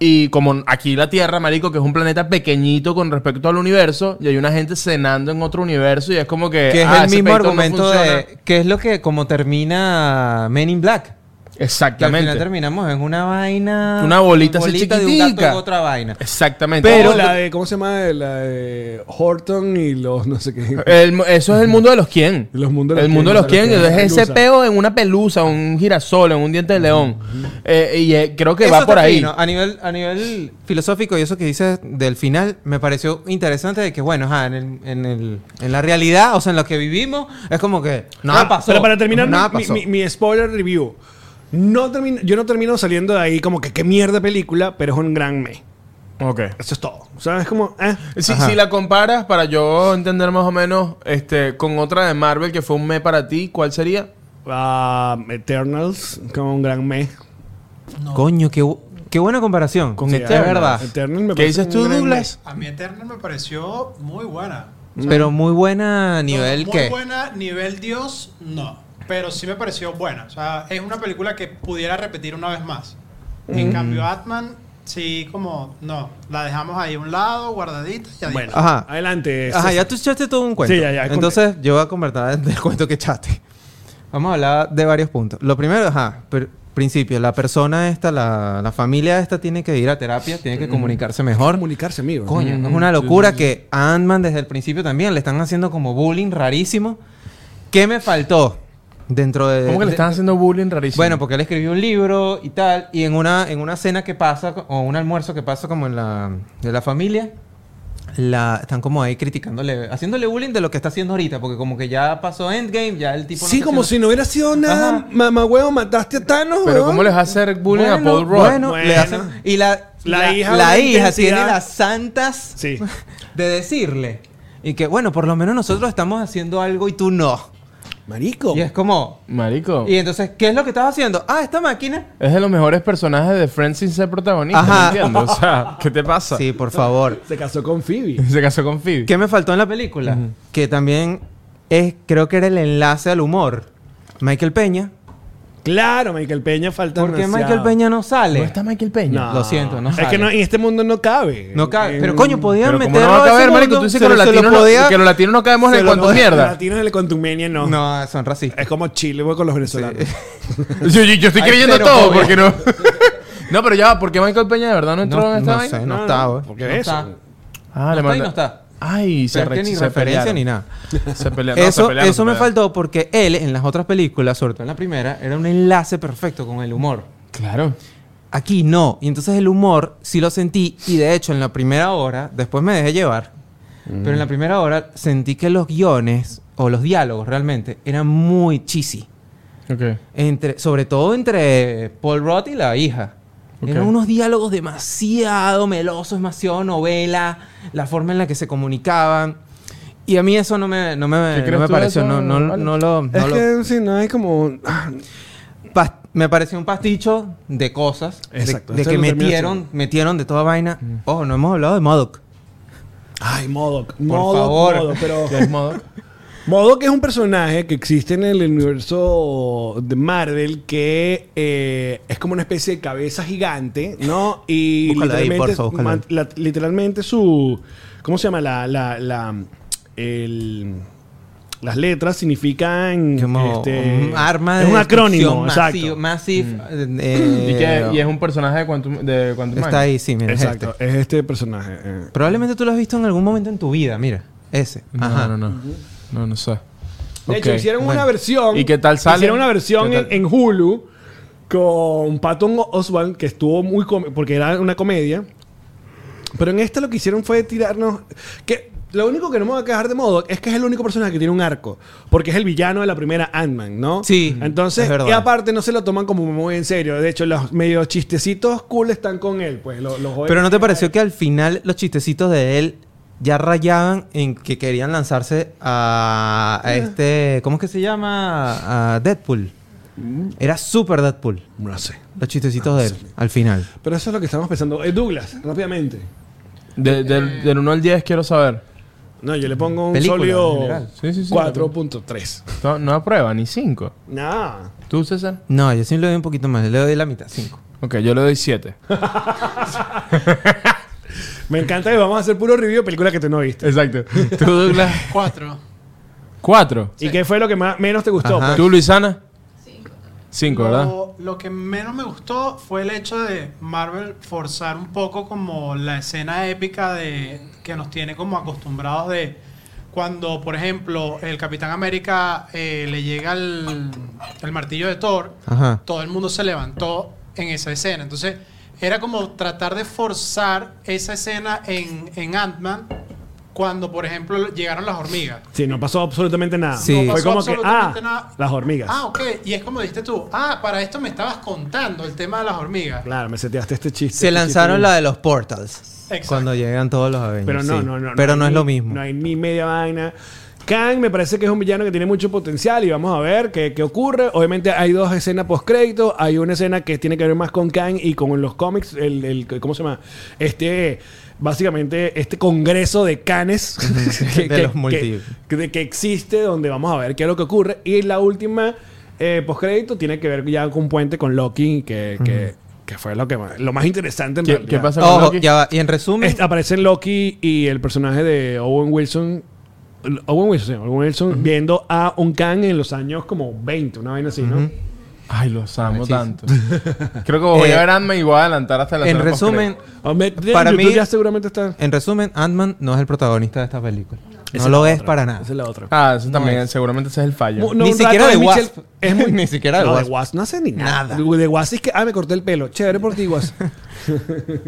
S1: Y como aquí la Tierra, marico, que es un planeta pequeñito con respecto al universo, y hay una gente cenando en otro universo, y es como que...
S3: Que es
S1: ah,
S3: el
S1: ese
S3: mismo
S1: peito no
S3: argumento
S1: funciona.
S3: de. Que es lo que como termina Men in Black. Que al final
S1: Exactamente.
S3: terminamos en una vaina.
S1: Una bolita así
S3: de un gato
S1: chiquitica.
S3: en otra vaina.
S1: Exactamente.
S2: Pero
S1: Oh,
S2: la de, ¿cómo se llama? La de Horton y los no sé qué.
S1: el mu- eso es el mundo de los quién.
S2: Los mundos de
S1: el
S2: los
S1: mundo de
S2: quién,
S1: los quién.
S2: claro, que
S1: Es
S2: es
S1: ese
S2: pelusa.
S1: peo en una pelusa, un girasol, en un diente de león. Eh, y eh, creo que
S3: Eso
S1: va
S3: está
S1: por ahí.
S3: fino. A nivel, a nivel filosófico y eso que dices del final, me pareció interesante de que, bueno, ajá, en, el- en el- en la realidad, o sea, en lo que vivimos, es como que nada
S2: Ah,
S3: pasó.
S2: Pero para terminar mi-
S3: nada
S2: mi,
S3: pasó.
S2: mi- mi spoiler review. No termin- yo no termino saliendo de ahí como que qué mierda película, pero es un gran me.
S1: Ok.
S2: Eso es todo. O sea, es como, eh.
S1: Si,
S3: Ajá.
S1: si la comparas, para yo entender más o menos, este, con otra de Marvel que fue un me para ti, ¿cuál sería?
S2: ah, Eternals como un gran me.
S3: Coño, qué, bu- qué buena comparación.
S1: Con
S3: Sí,
S1: Eternals.
S3: Es verdad.
S2: Eternals me
S1: ¿Qué
S2: parece
S1: dices
S2: un
S1: tú,
S2: gran
S1: Douglas?
S4: A mí Eternal me pareció muy buena.
S3: Pero muy buena a nivel
S4: Muy
S3: que.
S4: buena, nivel Dios, no. Pero sí me pareció buena. O sea, es una película que pudiera repetir una vez más. En cambio, Batman, sí, como, no. La dejamos ahí a un lado, guardadita y
S2: me.
S4: adiós.
S2: Bueno,
S3: Ajá.
S2: adelante.
S3: Ajá,
S2: César.
S3: ya tú echaste todo un cuento.
S2: Sí, ya, ya, conté.
S3: Entonces, yo voy a conversar del cuento que echaste. Vamos a hablar de varios puntos. Lo primero, ajá, per- principio, la persona esta, la, la familia esta tiene que ir a terapia, tiene que comunicarse mejor.
S2: comunicarse, amigo.
S3: Coño, es una locura que a Ant-Man desde el principio también le están haciendo como bullying rarísimo. ¿Qué me faltó dentro de...
S1: ¿Cómo que le
S3: de-
S1: están haciendo bullying rarísimo?
S3: Bueno, pues, porque él escribió un libro y tal, y en una, en una cena que pasa, o un almuerzo que pasa como en la, de la familia, la, están como ahí criticándole, haciéndole bullying de lo que está haciendo ahorita, porque como que ya pasó Endgame, ya el tipo... no
S2: Sí,
S3: está
S2: como
S3: haciendo-
S2: si no hubiera sido nada.
S3: Ajá.
S2: Mamá huevo, mataste a Thanos.
S1: Pero
S2: weón.
S1: ¿cómo les hace hacer bullying
S3: Bueno,
S1: a Paul Rudd?
S3: Bueno,
S2: Bueno.
S3: le hacen... Y la,
S2: La
S3: la,
S2: hija
S3: hija,
S2: de
S3: la hija
S2: intensidad.
S3: tiene las santas
S2: Sí.
S3: de decirle. Y que, bueno, por lo menos nosotros estamos haciendo algo y tú no.
S1: Oh.
S2: Marico.
S3: Y es como...
S1: Marico.
S3: Y entonces, ¿qué es lo que estás haciendo? Ah, esta máquina...
S1: Es de los mejores personajes de Friends sin ser protagonista.
S3: Ajá.
S1: No entiendo. O sea, ¿qué te pasa?
S3: Sí, por favor.
S2: Se casó con Phoebe.
S1: Se casó con Phoebe.
S3: ¿Qué me faltó en la película? Que también es, creo que era el enlace al humor. Michael Peña.
S2: Claro, Michael Peña falta
S3: ¿Por qué
S2: demasiado.
S3: Michael Peña no sale?
S1: ¿No está Michael Peña?
S2: No.
S3: Lo siento, no
S2: Es
S3: sale.
S2: que no, en este mundo no cabe.
S3: No cabe.
S2: En-
S3: Pero coño, podían
S1: Pero como
S3: meterlo
S1: no va a
S3: a ese
S1: caber, marico,
S3: mundo,
S1: tú dices
S3: se
S1: que los
S3: lo- se lo
S1: latinos no-
S3: podía-
S1: que los latinos no caemos en
S2: Se
S1: el
S2: lo-
S1: cuanto
S2: Los
S1: mierda.
S2: latinos en el contumenia no.
S3: No, son racistas.
S2: Es como Chile, güey, con los venezolanos.
S1: Yo, yo- yo estoy
S3: Hay
S1: creyendo
S3: cero
S1: todo,
S3: fobia.
S1: porque no. no, pero ya, va, ¿por qué Michael Peña de verdad no entró
S3: No,
S1: en esta
S3: no
S1: vaina?
S3: sé,
S2: No, no,
S3: no está, güey.
S2: ¿por qué
S3: No
S2: eso?
S3: está.
S1: Ah,
S3: No
S1: le
S3: está y
S1: manda-
S3: no está.
S1: Ay, se
S3: Pero es que
S1: re-
S3: ni
S1: se
S3: referencia
S1: pelearon.
S3: ni nada.
S1: Se pelearon. no, se
S3: Eso,
S1: pelearon,
S3: eso
S1: se
S3: me
S1: pelearon.
S3: faltó porque él, en las otras películas, sobre todo en la primera, era un enlace perfecto con el humor.
S1: Claro.
S3: Aquí no. Y entonces el humor sí lo sentí. Y de hecho, en la primera hora, después me dejé llevar. Pero en la primera hora sentí que los guiones o los diálogos realmente eran muy cheesy.
S1: Ok.
S3: Entre, sobre todo entre Paul Rudd y la hija.
S1: Ok.
S3: Eran unos diálogos demasiado melosos, demasiado novela, la forma en la que se comunicaban. Y a mí eso no me, no me,
S1: ¿Qué
S3: no
S1: crees
S3: me
S1: tú de
S3: pareció,
S1: eso,
S3: no, no-
S1: Alex?
S3: no lo... no
S2: Es
S3: lo-
S2: que sí, no hay como. ah,
S3: pas- me pareció un pasticho de cosas. de-
S2: Exacto,
S3: De,
S2: eso
S3: que
S2: lo termina
S3: metieron, metieron de toda vaina.
S1: Mm.
S3: Ojo, no hemos hablado de Modoc.
S2: Ay, Modoc.
S3: favor.
S2: pero.
S1: ¿Qué es Modoc?
S2: Modoc es un personaje que existe en el universo de Marvel que eh, es como una especie de cabeza gigante, ¿no? Y
S3: Búscalo ahí,
S2: literalmente,
S3: porfa, búscalo ahí.
S2: la- literalmente su... ¿Cómo se llama? La... la, la el- las letras significan...
S3: Como
S2: este,
S3: un arma de
S2: Es un acrónimo,
S3: destrucción masivo-
S2: exacto.
S3: Massive.
S1: Mm. ¿Y,
S3: eh,
S1: qué- y es un personaje de Quantum, de Quantum
S3: Está ahí, sí, mira. es
S2: Exacto,
S3: este.
S2: es este personaje. eh.
S3: Probablemente tú lo has visto en algún momento en tu vida, mira. Ese. Ajá.
S1: No, no, no. No, no sé.
S2: De hecho,
S1: Ok.
S2: hicieron
S3: bueno.
S2: una versión.
S1: ¿Y qué tal sale?
S2: Hicieron una versión
S1: ¿Qué
S2: en,
S1: tal?
S2: en Hulu con Patton Oswald, que estuvo muy cómico, porque era una comedia. Pero en esta lo que hicieron fue tirarnos. Que lo único que no me voy a quejar de modo es que es el único personaje que tiene un arco. Porque es el villano de la primera Ant-Man, ¿no?
S3: Sí,
S2: Entonces,
S3: es verdad.
S2: y aparte no se lo toman como muy en serio. De hecho, los medio chistecitos cool están con él, pues. Los, los jóvenes-
S3: Pero ¿no te pareció que al final los chistecitos de él ya rayaban en que querían lanzarse a,
S2: Ah.
S3: a este... ¿Cómo es que se llama? A Deadpool.
S2: Mm.
S3: Era super Deadpool.
S2: No sé.
S3: Los chistecitos de él, al final.
S2: Pero eso es lo que estamos pensando. Eh, Douglas, rápidamente.
S1: De- del, del 1 al 10 quiero saber.
S2: No, yo le pongo un
S3: Película, en
S2: sólido
S3: general.
S1: Sí, sí, sí.
S2: 4.3.
S1: No, no aprueba, ni 5.
S2: Nah.
S1: ¿Tú, César?
S3: No, yo sí le doy un poquito más. Le doy la mitad, cinco.
S1: Ok, yo le doy 7.
S2: Me encanta que vamos a hacer puro review de películas que tú no viste.
S1: Exacto. ¿Tú, Douglas?
S4: Cuatro.
S1: 4.
S2: ¿Y qué fue lo que más, menos te gustó?
S3: Ajá.
S2: pues?
S1: ¿Tú, Luisana?
S5: Cinco.
S1: 5,
S4: Lo-
S1: ¿verdad?
S4: Lo, que menos me gustó fue el hecho de Marvel forzar un poco como la escena épica de que nos tiene como acostumbrados de cuando, por ejemplo, el Capitán América eh, le llega el, el martillo de Thor,
S3: Ajá.
S4: todo el mundo se levantó en esa escena. Entonces, era como tratar de forzar esa escena en, en Ant-Man cuando, por ejemplo, llegaron las hormigas.
S2: Sí, no pasó absolutamente nada.
S3: Sí.
S2: No
S3: No
S2: fue
S4: pasó
S2: como que, ah,
S4: absolutamente nada.
S2: las hormigas.
S4: Ah, ok. Y es como dijiste tú. Ah, para esto me estabas contando el tema de las hormigas.
S2: Claro, me seteaste este chiste.
S3: Se
S2: este
S3: lanzaron
S2: chiste.
S3: la de los portals.
S4: Exacto.
S3: Cuando llegan todos los Avengers.
S2: Pero no,
S3: sí.
S2: no, no.
S3: Pero
S2: hay
S3: no es
S2: ni-
S3: lo mismo.
S2: No hay ni media vaina. Kang me parece que es un villano que tiene mucho potencial y vamos a ver qué, qué ocurre. Obviamente hay dos escenas post-crédito. Hay una escena que tiene que ver más con Kang y con los cómics. El, el- ¿Cómo se llama? Este, básicamente, este congreso de canes
S3: De los multi-
S2: que- de que existe donde vamos a ver qué es lo que ocurre. Y la última eh, postcrédito tiene que ver ya con un puente con Loki, que, que, que fue lo, que más, lo más interesante en
S1: ¿Qué,
S2: realidad.
S1: qué pasa con
S3: Ojo,
S1: Loki?
S3: ya va. Y en resumen,
S2: Est- aparecen Loki y el personaje de Owen Wilson. Owen Wilson, sí, Owen Wilson viendo a un Kang en los años como 20, una vaina así, ¿no?
S1: Ay, los amo
S3: Muchísimo.
S1: tanto. Creo que voy
S3: Eh,
S1: a ver Ant-Man y voy a adelantar hasta la
S3: en
S1: escena
S3: resumen,
S2: Hombre, de-
S3: Para
S2: YouTube
S3: mí-
S2: ya seguramente está.
S3: en resumen, Ant-Man no es el protagonista de esta película.
S2: Esa
S3: No lo
S2: la
S3: es
S2: otra,
S3: para nada.
S2: Esa es la otra.
S1: Ah, eso también, seguramente ese es el fallo.
S2: Mu- no,
S3: Ni
S2: un
S3: siquiera de
S2: rato Michelle-
S3: Wasp.
S2: Es muy...
S3: Ni siquiera de
S2: no,
S3: Wasp.
S2: de Wasp no hace ni nada.
S3: Nada.
S2: De Wasp es que, ah, me corté el pelo. Chévere por ti, Wasp.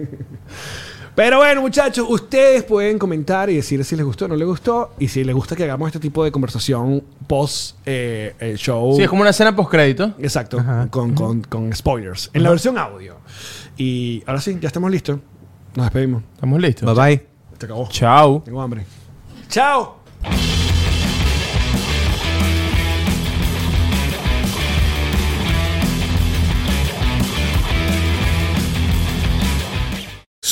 S2: Pero bueno, muchachos, ustedes pueden comentar y decir si les gustó o no les gustó. Y si les gusta que hagamos este tipo de conversación post eh, el show.
S1: Sí, es como una escena post-crédito.
S2: Exacto,
S3: Ajá.
S2: con, con- con spoilers. En la versión audio. Y ahora sí, ya estamos listos. Nos despedimos.
S1: Estamos listos.
S3: Bye bye.
S2: Te acabó.
S1: Chao.
S2: Tengo hambre. ¡Chao!